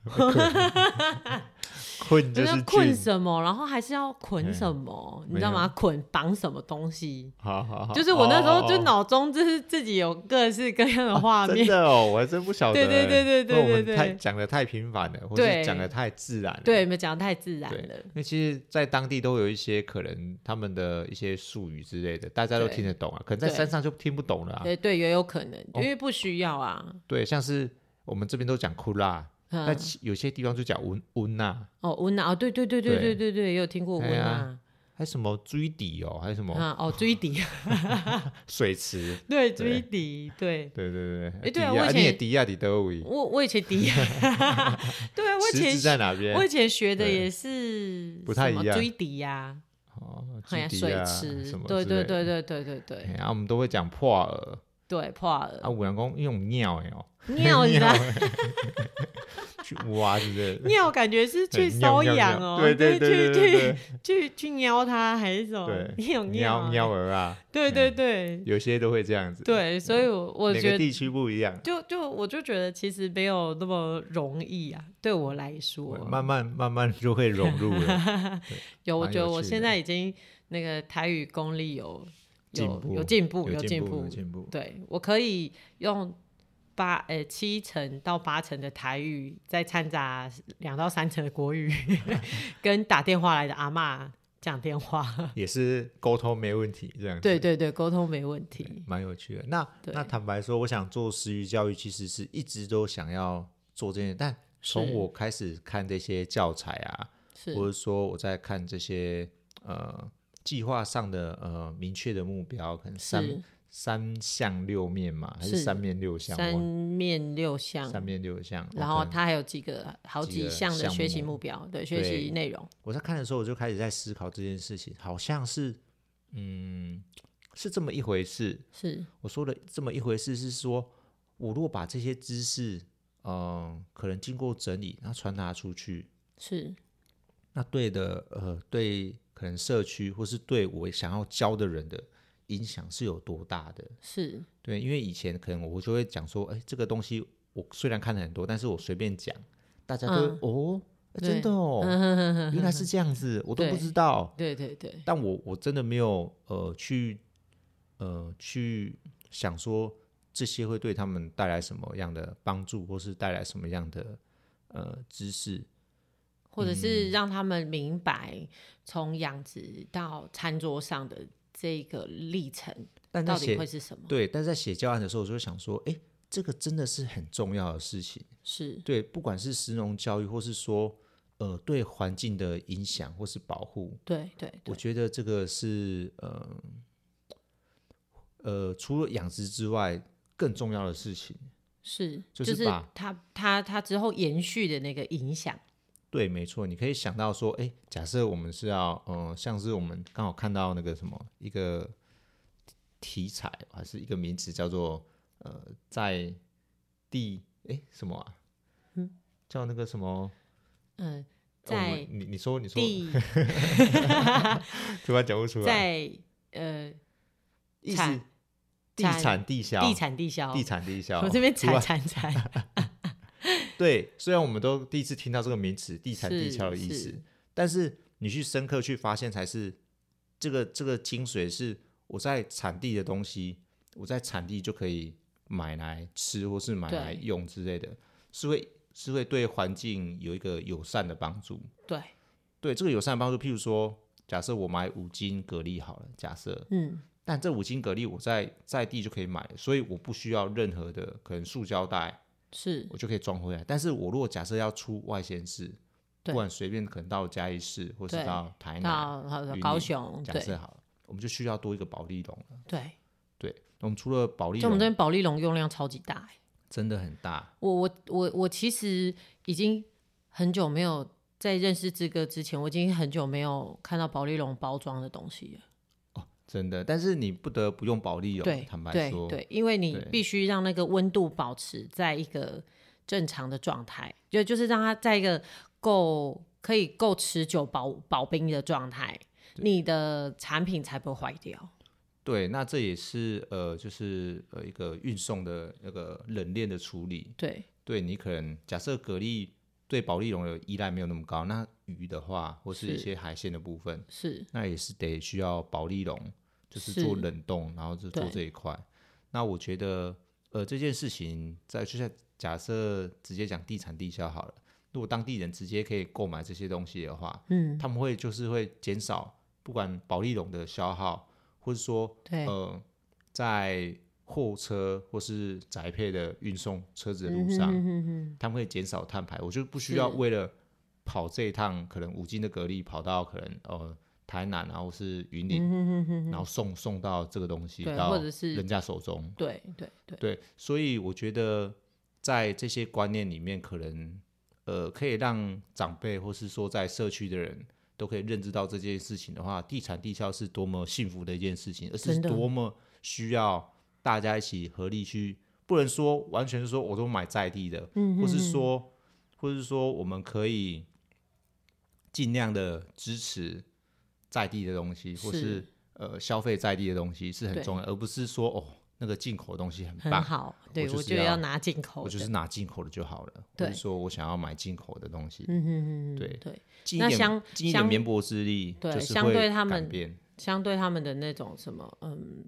[SPEAKER 1] 困
[SPEAKER 2] 就
[SPEAKER 1] 就是哎是
[SPEAKER 2] 困
[SPEAKER 1] 菌，
[SPEAKER 2] 什么，然后还是要捆什么，你知道吗？捆绑什么东西？
[SPEAKER 1] 好好好，
[SPEAKER 2] 就是我那时候就
[SPEAKER 1] 哦
[SPEAKER 2] 脑中就是自己有各式各样的画
[SPEAKER 1] 真
[SPEAKER 2] 面，
[SPEAKER 1] 的哦，我还真不晓得欸，
[SPEAKER 2] 对对对对对
[SPEAKER 1] 因为我们
[SPEAKER 2] 对对
[SPEAKER 1] 太讲的太频繁了，或
[SPEAKER 2] 对
[SPEAKER 1] 是讲的太自然了，
[SPEAKER 2] 对，没有讲得太自然
[SPEAKER 1] 对
[SPEAKER 2] 了。
[SPEAKER 1] 因为其实，在当地都有一些可能他们的一些术语之类的，大家都
[SPEAKER 2] 对
[SPEAKER 1] 听得懂啊，可能在
[SPEAKER 2] 对
[SPEAKER 1] 山上就听不懂了啊，
[SPEAKER 2] 对对，也有可能，
[SPEAKER 1] 哦
[SPEAKER 2] 因为不需要啊。
[SPEAKER 1] 对，像是我们这边都讲库拉，但
[SPEAKER 2] 嗯，
[SPEAKER 1] 其有些地方就讲温温呐，
[SPEAKER 2] 哦，温娜，哦，对对对对对
[SPEAKER 1] 对
[SPEAKER 2] 对对，也有听过温
[SPEAKER 1] 哎
[SPEAKER 2] 娜
[SPEAKER 1] 呀还有什么追底哦，还有什么
[SPEAKER 2] 啊，哦，追迪，
[SPEAKER 1] 水池，
[SPEAKER 2] 对追迪， 对
[SPEAKER 1] 对对对
[SPEAKER 2] 哎对啊
[SPEAKER 1] 迪亚
[SPEAKER 2] 我以
[SPEAKER 1] 你也
[SPEAKER 2] 前
[SPEAKER 1] 迪亚迪德维，
[SPEAKER 2] 我我以 前迪，对啊我以
[SPEAKER 1] 池
[SPEAKER 2] 前
[SPEAKER 1] 子在哪边
[SPEAKER 2] 我？以前学的
[SPEAKER 1] 对
[SPEAKER 2] 也是
[SPEAKER 1] 不太
[SPEAKER 2] 什么
[SPEAKER 1] 一样
[SPEAKER 2] 追迪呀，
[SPEAKER 1] 哦，
[SPEAKER 2] 还有
[SPEAKER 1] 基
[SPEAKER 2] 哎水
[SPEAKER 1] 底啊
[SPEAKER 2] 池
[SPEAKER 1] 什，么
[SPEAKER 2] 对
[SPEAKER 1] 之
[SPEAKER 2] 对
[SPEAKER 1] 类
[SPEAKER 2] 对
[SPEAKER 1] 的。
[SPEAKER 2] 对对对对
[SPEAKER 1] 哎。啊，我们都会讲破耳
[SPEAKER 2] 对，破 耳、
[SPEAKER 1] 啊，五郎公用 尿哎哦，
[SPEAKER 2] 尿是吧？
[SPEAKER 1] 去挖之类的，
[SPEAKER 2] 尿感觉是去瘙痒哦，
[SPEAKER 1] 对对对对
[SPEAKER 2] 去
[SPEAKER 1] 对
[SPEAKER 2] 去去去瞄它还是什么
[SPEAKER 1] 对，？
[SPEAKER 2] 你有
[SPEAKER 1] 尿
[SPEAKER 2] 尿，
[SPEAKER 1] 尿儿 啊，
[SPEAKER 2] 对对对
[SPEAKER 1] 有些都会这样子，，
[SPEAKER 2] 对，所以我
[SPEAKER 1] 嗯
[SPEAKER 2] 我
[SPEAKER 1] 每
[SPEAKER 2] 觉
[SPEAKER 1] 个
[SPEAKER 2] 得
[SPEAKER 1] 地区不一样，
[SPEAKER 2] 就就我就觉得其实没有那么容易啊，对我来说，
[SPEAKER 1] 慢慢慢慢就会融入了，
[SPEAKER 2] 有我
[SPEAKER 1] 蛮
[SPEAKER 2] 觉得
[SPEAKER 1] 有
[SPEAKER 2] 我
[SPEAKER 1] 趣
[SPEAKER 2] 现
[SPEAKER 1] 的
[SPEAKER 2] 在已经那个台语功力有
[SPEAKER 1] 进
[SPEAKER 2] 有
[SPEAKER 1] 步
[SPEAKER 2] 有进步
[SPEAKER 1] 有
[SPEAKER 2] 进
[SPEAKER 1] 步
[SPEAKER 2] 步
[SPEAKER 1] 有，进步，
[SPEAKER 2] 对我可以用。八呃七成到八成的台 语，再掺杂两到三成的国语，跟打电话来的阿嬷讲电话。
[SPEAKER 1] 也是沟通没问题，这样子
[SPEAKER 2] 对对对，沟通没问题。
[SPEAKER 1] 蛮有趣的。那
[SPEAKER 2] 对
[SPEAKER 1] 那坦白说，我想做私域教育，其实是一直都想要做这件事，但从
[SPEAKER 2] 是
[SPEAKER 1] 我开始看这些教材啊，
[SPEAKER 2] 是
[SPEAKER 1] 或者说我在看这些呃计划上的呃明确的目标，可能三
[SPEAKER 2] 是
[SPEAKER 1] 三项六面嘛，还是
[SPEAKER 2] 是
[SPEAKER 1] 三面六项？
[SPEAKER 2] 三
[SPEAKER 1] 我
[SPEAKER 2] 面六项，
[SPEAKER 1] 三面六项。
[SPEAKER 2] 然
[SPEAKER 1] 我
[SPEAKER 2] 后
[SPEAKER 1] 可能
[SPEAKER 2] 它还有几个好
[SPEAKER 1] 几
[SPEAKER 2] 几
[SPEAKER 1] 个
[SPEAKER 2] 项的
[SPEAKER 1] 项
[SPEAKER 2] 学习
[SPEAKER 1] 目
[SPEAKER 2] 目标，对学习
[SPEAKER 1] 对
[SPEAKER 2] 内容
[SPEAKER 1] 我在看的时候，我就开始在思考这件事情，好像是嗯是这么一回事，
[SPEAKER 2] 是
[SPEAKER 1] 我说的这么一回事是说，我如果把这些知识，嗯、可能经过整理，然后传达出去，
[SPEAKER 2] 是
[SPEAKER 1] 那对的，呃，对可能社区或是对我想要教的人的影响是有多大的？
[SPEAKER 2] 是
[SPEAKER 1] 对，因为以前可能我就会讲说，哎，这个东西我虽然看了很多，但是我随便讲，大家都会、
[SPEAKER 2] 嗯
[SPEAKER 1] 哦，哎
[SPEAKER 2] 对嗯
[SPEAKER 1] 真的哦，原来是这样子，我都不
[SPEAKER 2] 对
[SPEAKER 1] 知道。
[SPEAKER 2] 对对对
[SPEAKER 1] 但我我真的没有呃去呃去想说这些会对他们带来什么样的帮助，或是带来什么样的呃知识。
[SPEAKER 2] 或者
[SPEAKER 1] 嗯
[SPEAKER 2] 是让他们明白从养殖到餐桌上的这个历程
[SPEAKER 1] 但在
[SPEAKER 2] 到底
[SPEAKER 1] 写
[SPEAKER 2] 会是什么？
[SPEAKER 1] 对，但在写教案的时候，我就会想说，哎，这个真的是很重要的事情。
[SPEAKER 2] 是
[SPEAKER 1] 对，不管是食农教育，或是说呃对环境的影响或是保护，
[SPEAKER 2] 对对
[SPEAKER 1] 我
[SPEAKER 2] 对
[SPEAKER 1] 觉得这个是呃呃除了养殖之外更重要的事情。
[SPEAKER 2] 是，
[SPEAKER 1] 就
[SPEAKER 2] 就是是
[SPEAKER 1] 把
[SPEAKER 2] 他他他之后延续的那个影响
[SPEAKER 1] 对，没错，你可以想到说，哎，假设我们是要，嗯、像是我们刚好看到那个什么一个题材，还是一个名词叫做，呃，在地，哎，什么啊？叫那个什么？哦
[SPEAKER 2] 嗯，
[SPEAKER 1] 我们
[SPEAKER 2] 在
[SPEAKER 1] 你你说你说，
[SPEAKER 2] 地
[SPEAKER 1] 突然讲不出来，
[SPEAKER 2] 在呃
[SPEAKER 1] 意思
[SPEAKER 2] 产
[SPEAKER 1] 地
[SPEAKER 2] 产
[SPEAKER 1] 产地销，
[SPEAKER 2] 地产地销，
[SPEAKER 1] 地产地销，
[SPEAKER 2] 我这边
[SPEAKER 1] 突然
[SPEAKER 2] 产产产
[SPEAKER 1] 对，虽然我们都第一次听到这个名词“地产地
[SPEAKER 2] 是
[SPEAKER 1] 壳”的意思
[SPEAKER 2] 是，
[SPEAKER 1] 但是你去深刻去发现，才是这个这个精髓是我在产地的东西，我在产地就可以买来吃或是买来
[SPEAKER 2] 对
[SPEAKER 1] 用之类的，是会是会对环境有一个友善的帮助。
[SPEAKER 2] 对，
[SPEAKER 1] 对这个友善的帮助，譬如说，假设我买五斤蛤蜊好了，假设，
[SPEAKER 2] 嗯，
[SPEAKER 1] 但这五斤蛤蜊我在在地就可以买了，所以我不需要任何的可能塑胶袋。
[SPEAKER 2] 是
[SPEAKER 1] 我就可以装回来。但是我如果假设要出外县市，不
[SPEAKER 2] 对
[SPEAKER 1] 管随便可能到嘉义市或是
[SPEAKER 2] 对
[SPEAKER 1] 到台南，
[SPEAKER 2] 到好
[SPEAKER 1] 云
[SPEAKER 2] 高
[SPEAKER 1] 林
[SPEAKER 2] 雄，
[SPEAKER 1] 假设
[SPEAKER 2] 对
[SPEAKER 1] 好了，我们就需要多一个啊保利龙了。
[SPEAKER 2] 对，
[SPEAKER 1] 对，我们除了保利
[SPEAKER 2] 就我们这
[SPEAKER 1] 龙
[SPEAKER 2] 边保利龙用量超级大欸、
[SPEAKER 1] 真的很大，
[SPEAKER 2] 我我我我其实已经很久没有在认识志哥之前，我已经很久没有看到保利龙包装的东西了。
[SPEAKER 1] 真的。但是你不得不用保利
[SPEAKER 2] 对
[SPEAKER 1] 龙，坦，白
[SPEAKER 2] 对
[SPEAKER 1] 说，
[SPEAKER 2] 对，因为你
[SPEAKER 1] 对
[SPEAKER 2] 必须让那个温度保持在一个正常的状态，就就是让它在一个够可以够持久保保冰的状态，你的产品才不会坏掉。
[SPEAKER 1] 对那这也是呃，就是呃一个运送的那个冷链的处理。
[SPEAKER 2] 对
[SPEAKER 1] 对你可能假设蛤蜊对保利龙的依赖没有那么高，那鱼的话或是一
[SPEAKER 2] 是
[SPEAKER 1] 些海鲜的部分，
[SPEAKER 2] 是
[SPEAKER 1] 那也是得需要保利龙，就是做
[SPEAKER 2] 是
[SPEAKER 1] 冷冻，然后就做
[SPEAKER 2] 对
[SPEAKER 1] 这一块。那我觉得，呃，这件事情在就像假设直接讲地产地销好了，如果当地人直接可以购买这些东西的话，
[SPEAKER 2] 嗯，
[SPEAKER 1] 他们会就是会减少不管保利龙的消耗，或是说
[SPEAKER 2] 对
[SPEAKER 1] 呃，在货车或是宅配的运送车子的
[SPEAKER 2] 嗯
[SPEAKER 1] 路
[SPEAKER 2] 哼
[SPEAKER 1] 上，
[SPEAKER 2] 哼哼哼
[SPEAKER 1] 他们会减少碳排，我就不需要
[SPEAKER 2] 是
[SPEAKER 1] 为了跑这一趟可能五斤的蛤蜊跑到可能呃台南啊或是云林，然后送送到这个东西
[SPEAKER 2] 对
[SPEAKER 1] 到
[SPEAKER 2] 或者是
[SPEAKER 1] 人家手中。
[SPEAKER 2] 对对对，
[SPEAKER 1] 对，所以我觉得在这些观念里面，可能呃可以让长辈或是说在社区的人都可以认知到这件事情的话，地产地销是多么幸福的一件事情，而是
[SPEAKER 2] 真的
[SPEAKER 1] 多么需要大家一起合力去，不能说完全是说我都买在地的，嗯或是说，或是说我们可以尽量的支持在地的东西，或
[SPEAKER 2] 是
[SPEAKER 1] 是呃消费在地的东西是很
[SPEAKER 2] 对
[SPEAKER 1] 重要，而不是说哦那个进口的东西很
[SPEAKER 2] 很
[SPEAKER 1] 棒，
[SPEAKER 2] 好，对
[SPEAKER 1] 就是
[SPEAKER 2] 我就
[SPEAKER 1] 要
[SPEAKER 2] 要拿进口
[SPEAKER 1] 我
[SPEAKER 2] 的，
[SPEAKER 1] 就是拿进口的就好了，或
[SPEAKER 2] 对
[SPEAKER 1] 者说我想要买进口的东西，
[SPEAKER 2] 嗯哼哼哼，
[SPEAKER 1] 对
[SPEAKER 2] 对，
[SPEAKER 1] 尽一
[SPEAKER 2] 那
[SPEAKER 1] 点
[SPEAKER 2] 相
[SPEAKER 1] 尽一点
[SPEAKER 2] 相
[SPEAKER 1] 绵薄之力，
[SPEAKER 2] 对
[SPEAKER 1] 就是
[SPEAKER 2] 相
[SPEAKER 1] 会
[SPEAKER 2] 对他
[SPEAKER 1] 改
[SPEAKER 2] 们
[SPEAKER 1] 变
[SPEAKER 2] 相对他们的那种什么，嗯，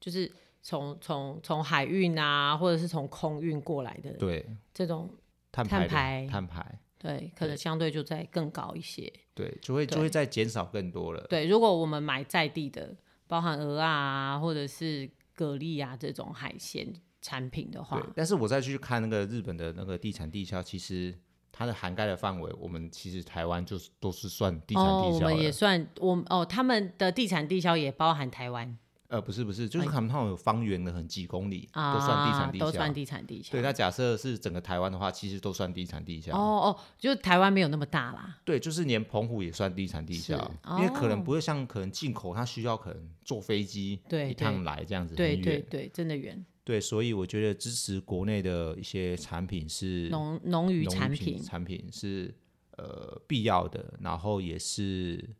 [SPEAKER 2] 就是从从从海运啊，或者是从空运过来的
[SPEAKER 1] 对
[SPEAKER 2] 这种
[SPEAKER 1] 碳排
[SPEAKER 2] 碳
[SPEAKER 1] 的
[SPEAKER 2] 排
[SPEAKER 1] 碳排，
[SPEAKER 2] 对，可能相对就再更高一些。
[SPEAKER 1] 对，就会就
[SPEAKER 2] 对
[SPEAKER 1] 会再减少更多了。
[SPEAKER 2] 对，如果我们买在地的，包含鹅啊，或者是蛤蜊啊这种海鲜产品的话
[SPEAKER 1] 对，，但是我再去看那个日本的那个地产地销，其实它的涵盖的范围，我们其实台湾就是都是算地产
[SPEAKER 2] 哦，
[SPEAKER 1] 地
[SPEAKER 2] 我
[SPEAKER 1] 销
[SPEAKER 2] 们
[SPEAKER 1] 的。
[SPEAKER 2] 也算，我们哦，他们的地产地销也包含台湾
[SPEAKER 1] 呃，不是不是，就是他们他们有方圆的很几公里，
[SPEAKER 2] 哎啊，
[SPEAKER 1] 都算地产地
[SPEAKER 2] 都算
[SPEAKER 1] 销。
[SPEAKER 2] 地产地销
[SPEAKER 1] 对，那假设是整个台湾的话，其实都算地产地销。
[SPEAKER 2] 哦哦，就台湾没有那么大啦，
[SPEAKER 1] 对，就是连澎湖也算地产地销，
[SPEAKER 2] 是
[SPEAKER 1] 因为可能
[SPEAKER 2] 哦
[SPEAKER 1] 不会像可能进口，它需要可能坐飞机
[SPEAKER 2] 对
[SPEAKER 1] 一趟来这样子很
[SPEAKER 2] 对
[SPEAKER 1] 远。
[SPEAKER 2] 对对，真的远，
[SPEAKER 1] 对所以我觉得支持国内的一些产品是
[SPEAKER 2] 农农渔
[SPEAKER 1] 农
[SPEAKER 2] 产
[SPEAKER 1] 品
[SPEAKER 2] 品，
[SPEAKER 1] 产品是呃必要的，然后也是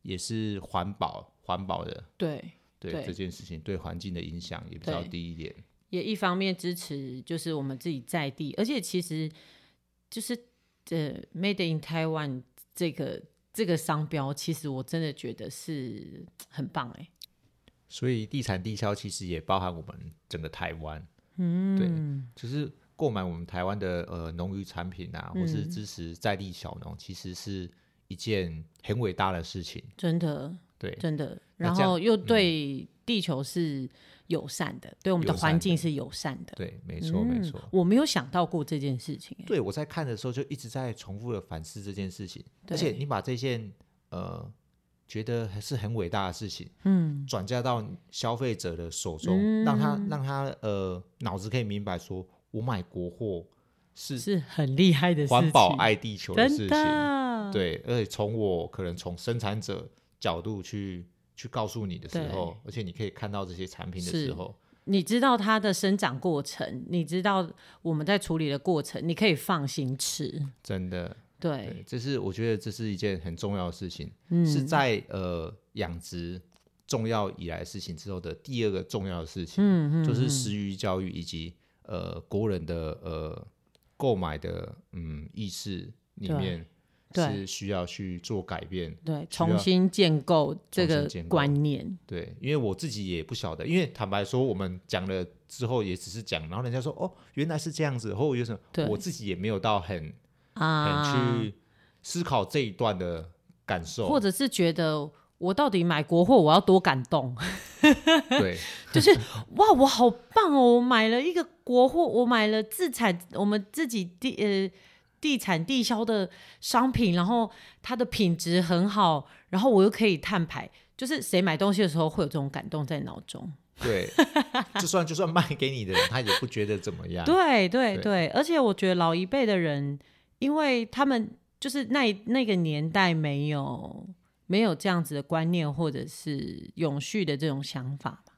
[SPEAKER 1] 也是环保环保的，
[SPEAKER 2] 对，
[SPEAKER 1] 对
[SPEAKER 2] 对
[SPEAKER 1] 这件事情对环境的影响也比较
[SPEAKER 2] 对
[SPEAKER 1] 低一点。
[SPEAKER 2] 也一方面支持就是我们自己在地，而且其实就是呃，Made in Taiwan 这个这个商标，其实我真的觉得是很棒哎、
[SPEAKER 1] 所以地产地销其实也包含我们整个台湾，嗯，对，就是购买我们台湾的呃农渔产品啊，或是支持在地小农，其实是一件很伟大的事情。
[SPEAKER 2] 真的
[SPEAKER 1] 对，
[SPEAKER 2] 真的，
[SPEAKER 1] 那
[SPEAKER 2] 然
[SPEAKER 1] 这样嗯
[SPEAKER 2] 后又对地球是友善的，对我们的
[SPEAKER 1] 友善
[SPEAKER 2] 环境是友善的。
[SPEAKER 1] 对，没错，没错。
[SPEAKER 2] 我没有想到过这件事情、欸，
[SPEAKER 1] 对我在看的时候就一直在重复的反思这件事情，而
[SPEAKER 2] 对
[SPEAKER 1] 且你把这件呃觉得还是很伟大的事情，嗯，转嫁到消费者的手中，让他让他呃脑子可以明白说，我买国货是
[SPEAKER 2] 是很厉害的事情，
[SPEAKER 1] 环保爱地球的
[SPEAKER 2] 真
[SPEAKER 1] 事情，
[SPEAKER 2] 的，
[SPEAKER 1] 对，而且从我可能从生产者角度去去告诉你的时
[SPEAKER 2] 对
[SPEAKER 1] 候，而且你可以看到这些产品的
[SPEAKER 2] 是
[SPEAKER 1] 时候，
[SPEAKER 2] 你知道它的生长过程，你知道我们在处理的过程，你可以放心吃。
[SPEAKER 1] 真的
[SPEAKER 2] 对，嗯
[SPEAKER 1] 对，这是我觉得这是一件很重要的事情，是在呃养殖重要以来的事情之后的第二个重要的事情，嗯嗯就是食鱼教育以及呃国人的呃购买的嗯意识里
[SPEAKER 2] 对
[SPEAKER 1] 面
[SPEAKER 2] 对
[SPEAKER 1] 是需要去做改变。
[SPEAKER 2] 对，重新建构这
[SPEAKER 1] 重新
[SPEAKER 2] 个
[SPEAKER 1] 建构
[SPEAKER 2] 观念，
[SPEAKER 1] 对，因为我自己也不晓得，因为坦白说，我们讲了之后也只是讲，然后人家说哦原来是这样子，或者有什
[SPEAKER 2] 对
[SPEAKER 1] 么，我自己也没有到很
[SPEAKER 2] 啊
[SPEAKER 1] 很，哎去思考这一段的感受，
[SPEAKER 2] 或者是觉得我到底买国货，我要多感动，
[SPEAKER 1] 对。
[SPEAKER 2] 就是哇，我好棒哦，我买了一个国货，我买了自产我们自己地呃地产地销的商品，然后它的品质很好，然后我又可以碳排，就是谁买东西的时候会有这种感动在脑中。
[SPEAKER 1] 对，就算就算卖给你的人，他也不觉得怎么样。
[SPEAKER 2] 对对
[SPEAKER 1] 对
[SPEAKER 2] 对，而且我觉得老一辈的人，因为他们就是那那个年代没有没有这样子的观念，或者是永续的这种想法嘛，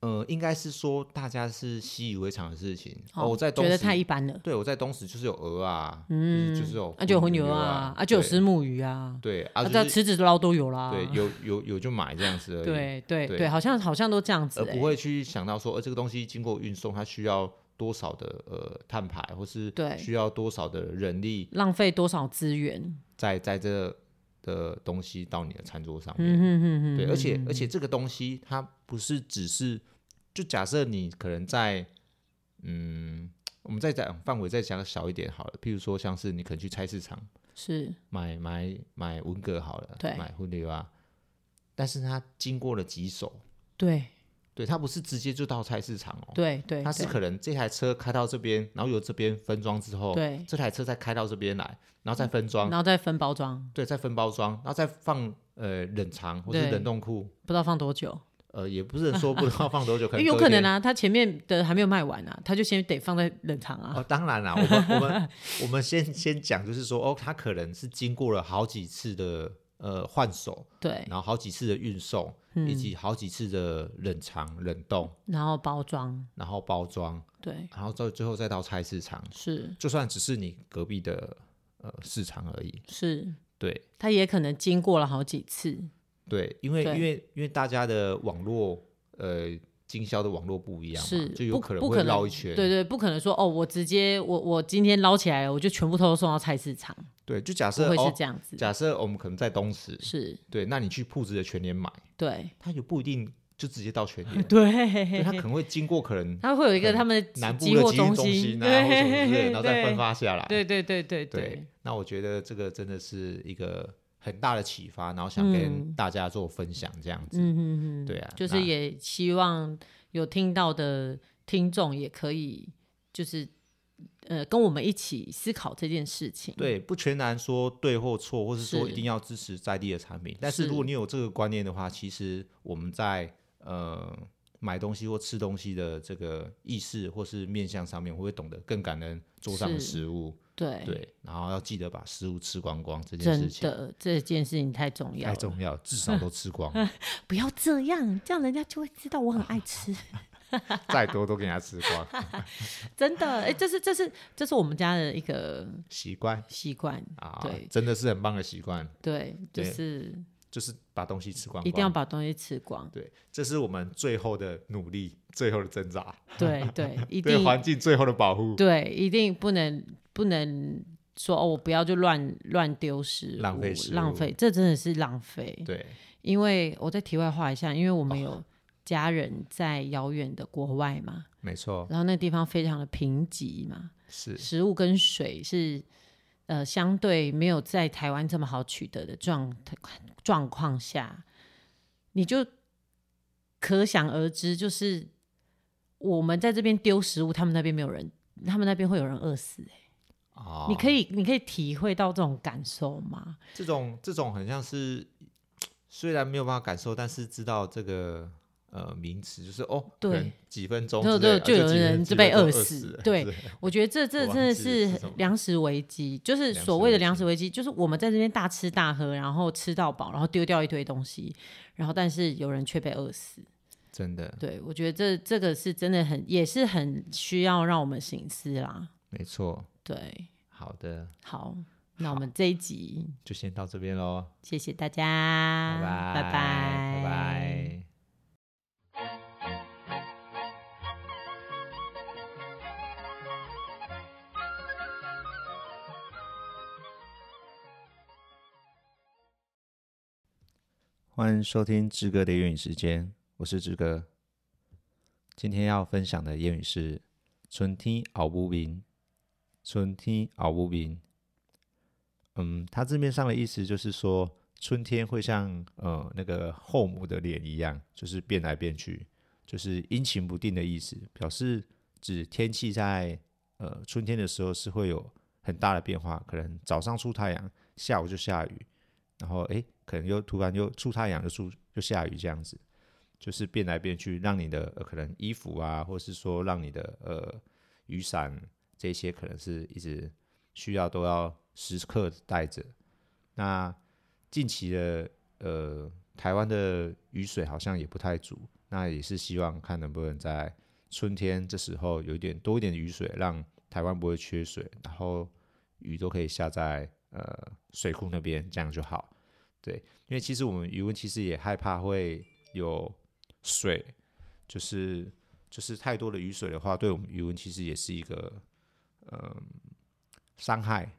[SPEAKER 1] 呃，应该是说大家是习以为常的事情。哦，
[SPEAKER 2] 哦
[SPEAKER 1] 我在东
[SPEAKER 2] 觉
[SPEAKER 1] 石，
[SPEAKER 2] 得太一般了，
[SPEAKER 1] 对我在东石就是有鹅啊，
[SPEAKER 2] 嗯，
[SPEAKER 1] 就是就是有
[SPEAKER 2] 啊就有
[SPEAKER 1] 红
[SPEAKER 2] 红牛
[SPEAKER 1] 啊
[SPEAKER 2] 啊，，啊就有
[SPEAKER 1] 对
[SPEAKER 2] 石母鱼啊，
[SPEAKER 1] 对啊，
[SPEAKER 2] 啊
[SPEAKER 1] 就
[SPEAKER 2] 这
[SPEAKER 1] 是
[SPEAKER 2] 池子捞都有啦，
[SPEAKER 1] 对有有有就买这样子而已，，
[SPEAKER 2] 啊对对
[SPEAKER 1] 对
[SPEAKER 2] 对，好像好像都这样子
[SPEAKER 1] 而
[SPEAKER 2] 欸，
[SPEAKER 1] 不会去想到说，呃，这个东西经过运送，它需要多少的呃碳排，或是
[SPEAKER 2] 对
[SPEAKER 1] 需要多少的人力
[SPEAKER 2] 浪费多少资源，
[SPEAKER 1] 在在这的东西到你的餐桌上面。
[SPEAKER 2] 嗯哼哼哼，
[SPEAKER 1] 对，而且
[SPEAKER 2] 哼
[SPEAKER 1] 而且这个东西它不是只是，就假设你可能在，嗯，我们再讲范围再讲小一点好了，譬如说像是你可能去菜市场
[SPEAKER 2] 是
[SPEAKER 1] 买买买文蛤好了，
[SPEAKER 2] 对
[SPEAKER 1] 买混牛啊，但是它经过了几手，
[SPEAKER 2] 对
[SPEAKER 1] 对，它不是直接就到菜市场哦，
[SPEAKER 2] 对对，
[SPEAKER 1] 它是
[SPEAKER 2] 对
[SPEAKER 1] 可能这台车开到这边，然后由这边分装之后，
[SPEAKER 2] 对，嗯
[SPEAKER 1] 这台车再开到这边来，然后再分装，
[SPEAKER 2] 然后再分包装，
[SPEAKER 1] 对，再分包装，然后再放呃冷藏或是
[SPEAKER 2] 对
[SPEAKER 1] 冷冻库。
[SPEAKER 2] 不知道放多久。
[SPEAKER 1] 呃，也不是说不知道 放多久，可能
[SPEAKER 2] 因为有
[SPEAKER 1] 隔
[SPEAKER 2] 可能
[SPEAKER 1] 天。
[SPEAKER 2] 啊，他前面的还没有卖完啊，他就先得放在冷藏啊。
[SPEAKER 1] 哦，当然啦，我们我们我们先先讲，就是说，哦，它可能是经过了好几次的呃换手，
[SPEAKER 2] 对，嗯
[SPEAKER 1] 然后好几次的运送，以及好几次的冷藏、冷冻，
[SPEAKER 2] 然后包装，
[SPEAKER 1] 然后包装，
[SPEAKER 2] 对，
[SPEAKER 1] 然后到最后再到菜市场，
[SPEAKER 2] 是
[SPEAKER 1] 就算只是你隔壁的呃市场而已，
[SPEAKER 2] 是，
[SPEAKER 1] 对
[SPEAKER 2] 他也可能经过了好几次，
[SPEAKER 1] 对，因为
[SPEAKER 2] 对
[SPEAKER 1] 因为因为大家的网络呃经销的网络不一样嘛
[SPEAKER 2] 是，
[SPEAKER 1] 就有
[SPEAKER 2] 不
[SPEAKER 1] 可能
[SPEAKER 2] 不
[SPEAKER 1] 会
[SPEAKER 2] 可能
[SPEAKER 1] 绕一圈，
[SPEAKER 2] 对对，不可能说哦，我直接我我今天捞起来了，我就全部都送到菜市场，
[SPEAKER 1] 对，就假
[SPEAKER 2] 不
[SPEAKER 1] 设
[SPEAKER 2] 会是
[SPEAKER 1] 哦，
[SPEAKER 2] 这样子，
[SPEAKER 1] 假设我们可能在东石，
[SPEAKER 2] 是，
[SPEAKER 1] 对，那你去铺子的全年买。
[SPEAKER 2] 对，
[SPEAKER 1] 它也不一定就直接到全联
[SPEAKER 2] 对，
[SPEAKER 1] 对他可能会经过可能
[SPEAKER 2] 它会有一个
[SPEAKER 1] 可能
[SPEAKER 2] 他们的
[SPEAKER 1] 南部
[SPEAKER 2] 集
[SPEAKER 1] 的
[SPEAKER 2] 货
[SPEAKER 1] 集运
[SPEAKER 2] 中
[SPEAKER 1] 中
[SPEAKER 2] 心，
[SPEAKER 1] 心啊，或什么之类 的，
[SPEAKER 2] 对，
[SPEAKER 1] 然后再分发下来。
[SPEAKER 2] 对对对对
[SPEAKER 1] 对
[SPEAKER 2] 对，
[SPEAKER 1] 那我觉得这个真的是一个很大的启发，然后想跟
[SPEAKER 2] 嗯
[SPEAKER 1] 大家做分享这样子。
[SPEAKER 2] 嗯嗯嗯，
[SPEAKER 1] 对啊
[SPEAKER 2] 就是
[SPEAKER 1] 那
[SPEAKER 2] 也希望有听到的听众也可以，就是呃，跟我们一起思考这件事情。，
[SPEAKER 1] 对，不全然说对或错，或是说一
[SPEAKER 2] 嗯是
[SPEAKER 1] 定要支持在地的产品。但是
[SPEAKER 2] 是
[SPEAKER 1] 如果你有这个观念的话，其实我们在呃买东西或吃东西的这个意识或是面向上面，会懂得更感恩桌上的
[SPEAKER 2] 是
[SPEAKER 1] 食物。
[SPEAKER 2] 对，
[SPEAKER 1] 对，然后要记得把食物吃光光这件事
[SPEAKER 2] 真
[SPEAKER 1] 情。
[SPEAKER 2] 的这件事情太重要
[SPEAKER 1] 太
[SPEAKER 2] 了，
[SPEAKER 1] 重要了，至少都吃 光，
[SPEAKER 2] 不要这样，这样人家就会知道我很爱吃。
[SPEAKER 1] 再多都给人家吃光，
[SPEAKER 2] 真 的，哎、这是这是这是我们家的一个
[SPEAKER 1] 习惯
[SPEAKER 2] 习惯，
[SPEAKER 1] 啊
[SPEAKER 2] 对，
[SPEAKER 1] 真的是很棒的习惯，
[SPEAKER 2] 对，就
[SPEAKER 1] 对
[SPEAKER 2] 是
[SPEAKER 1] 就是把东西吃光光，
[SPEAKER 2] 一定要把东西吃 光。
[SPEAKER 1] 对，这是我们最后的努力，最后的挣扎，
[SPEAKER 2] 对对，一
[SPEAKER 1] 对
[SPEAKER 2] 定
[SPEAKER 1] 环境最后的保护，
[SPEAKER 2] 对，一定不能不能说哦，我不要就乱乱丢失，
[SPEAKER 1] 浪费食
[SPEAKER 2] 浪
[SPEAKER 1] 物
[SPEAKER 2] 费，这真的是浪费。
[SPEAKER 1] 对，
[SPEAKER 2] 因为我再题外话一下，因为我们有家人在遥远的国外嘛，
[SPEAKER 1] 没错，
[SPEAKER 2] 然后那地方非常的贫瘠嘛，
[SPEAKER 1] 是
[SPEAKER 2] 食物跟水是呃相对没有在台湾这么好取得的状状况下，你就可想而知，就是我们在这边丢食物，他们那边没有人，他们那边会有人饿死、欸
[SPEAKER 1] 啊
[SPEAKER 2] 你可以，你可以体会到这种感受吗？
[SPEAKER 1] 这种这种很像是，虽然没有办法感受，但是知道这个呃名词，就是哦，可
[SPEAKER 2] 对
[SPEAKER 1] 能几分钟
[SPEAKER 2] 就
[SPEAKER 1] 之类的
[SPEAKER 2] 就
[SPEAKER 1] 啊
[SPEAKER 2] 有
[SPEAKER 1] 几分
[SPEAKER 2] 人
[SPEAKER 1] 几
[SPEAKER 2] 就
[SPEAKER 1] 分
[SPEAKER 2] 被
[SPEAKER 1] 钟
[SPEAKER 2] 饿
[SPEAKER 1] 饿
[SPEAKER 2] 死
[SPEAKER 1] 了
[SPEAKER 2] 对
[SPEAKER 1] 之类的
[SPEAKER 2] 我觉得这这
[SPEAKER 1] 忘
[SPEAKER 2] 真的
[SPEAKER 1] 记了
[SPEAKER 2] 是
[SPEAKER 1] 是什么
[SPEAKER 2] 粮食危机，就是
[SPEAKER 1] 粮
[SPEAKER 2] 所
[SPEAKER 1] 食
[SPEAKER 2] 谓
[SPEAKER 1] 危
[SPEAKER 2] 的粮
[SPEAKER 1] 机
[SPEAKER 2] 食危机，就是我们在这边大吃大喝，然后吃到饱，然后丢掉一堆东西，然后但是有人却被饿死。
[SPEAKER 1] 真的
[SPEAKER 2] 对，我觉得这这个是真的很，也是很需要让我们醒思啦。
[SPEAKER 1] 没错，
[SPEAKER 2] 对，
[SPEAKER 1] 好的，
[SPEAKER 2] 好，那我们这一集
[SPEAKER 1] 就先到这边喽，
[SPEAKER 2] 谢谢大家，
[SPEAKER 1] 拜
[SPEAKER 2] 拜
[SPEAKER 1] 拜
[SPEAKER 2] 拜
[SPEAKER 1] 拜拜欢迎收听志哥的谚语时间，我是志哥。今天要分享的谚语是“春天熬不明”，春天熬不明。嗯，它字面上的意思就是说，呃春天会像呃那个后母的脸一样，就是变来变去，就是阴晴不定的意思，表示指天气在呃春天的时候是会有很大的变化，可能早上出太阳，下午就下雨，然后诶，可能又突然又出太阳，又出又下雨这样子，就是变来变去，让你的、呃、可能衣服啊，或是说让你的呃雨伞这些，可能是一直需要都要时刻带着。那近期的呃台湾的雨水好像也不太足，那也是希望看能不能在春天这时候有一点多一点雨水，让台湾不会缺水，然后雨都可以下在呃水库那边，这样就好。对，因为其实我们渔翁其实也害怕会有水，就是就是太多的雨水的话，对我们渔翁其实也是一个嗯伤害。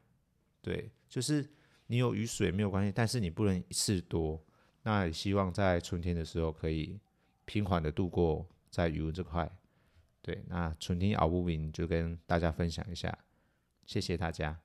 [SPEAKER 1] 对，就是你有雨水没有关系，但是你不能一次多。那也希望在春天的时候可以平缓的度过在渔翁这块。对，那春天熬不明就跟大家分享一下，谢谢大家。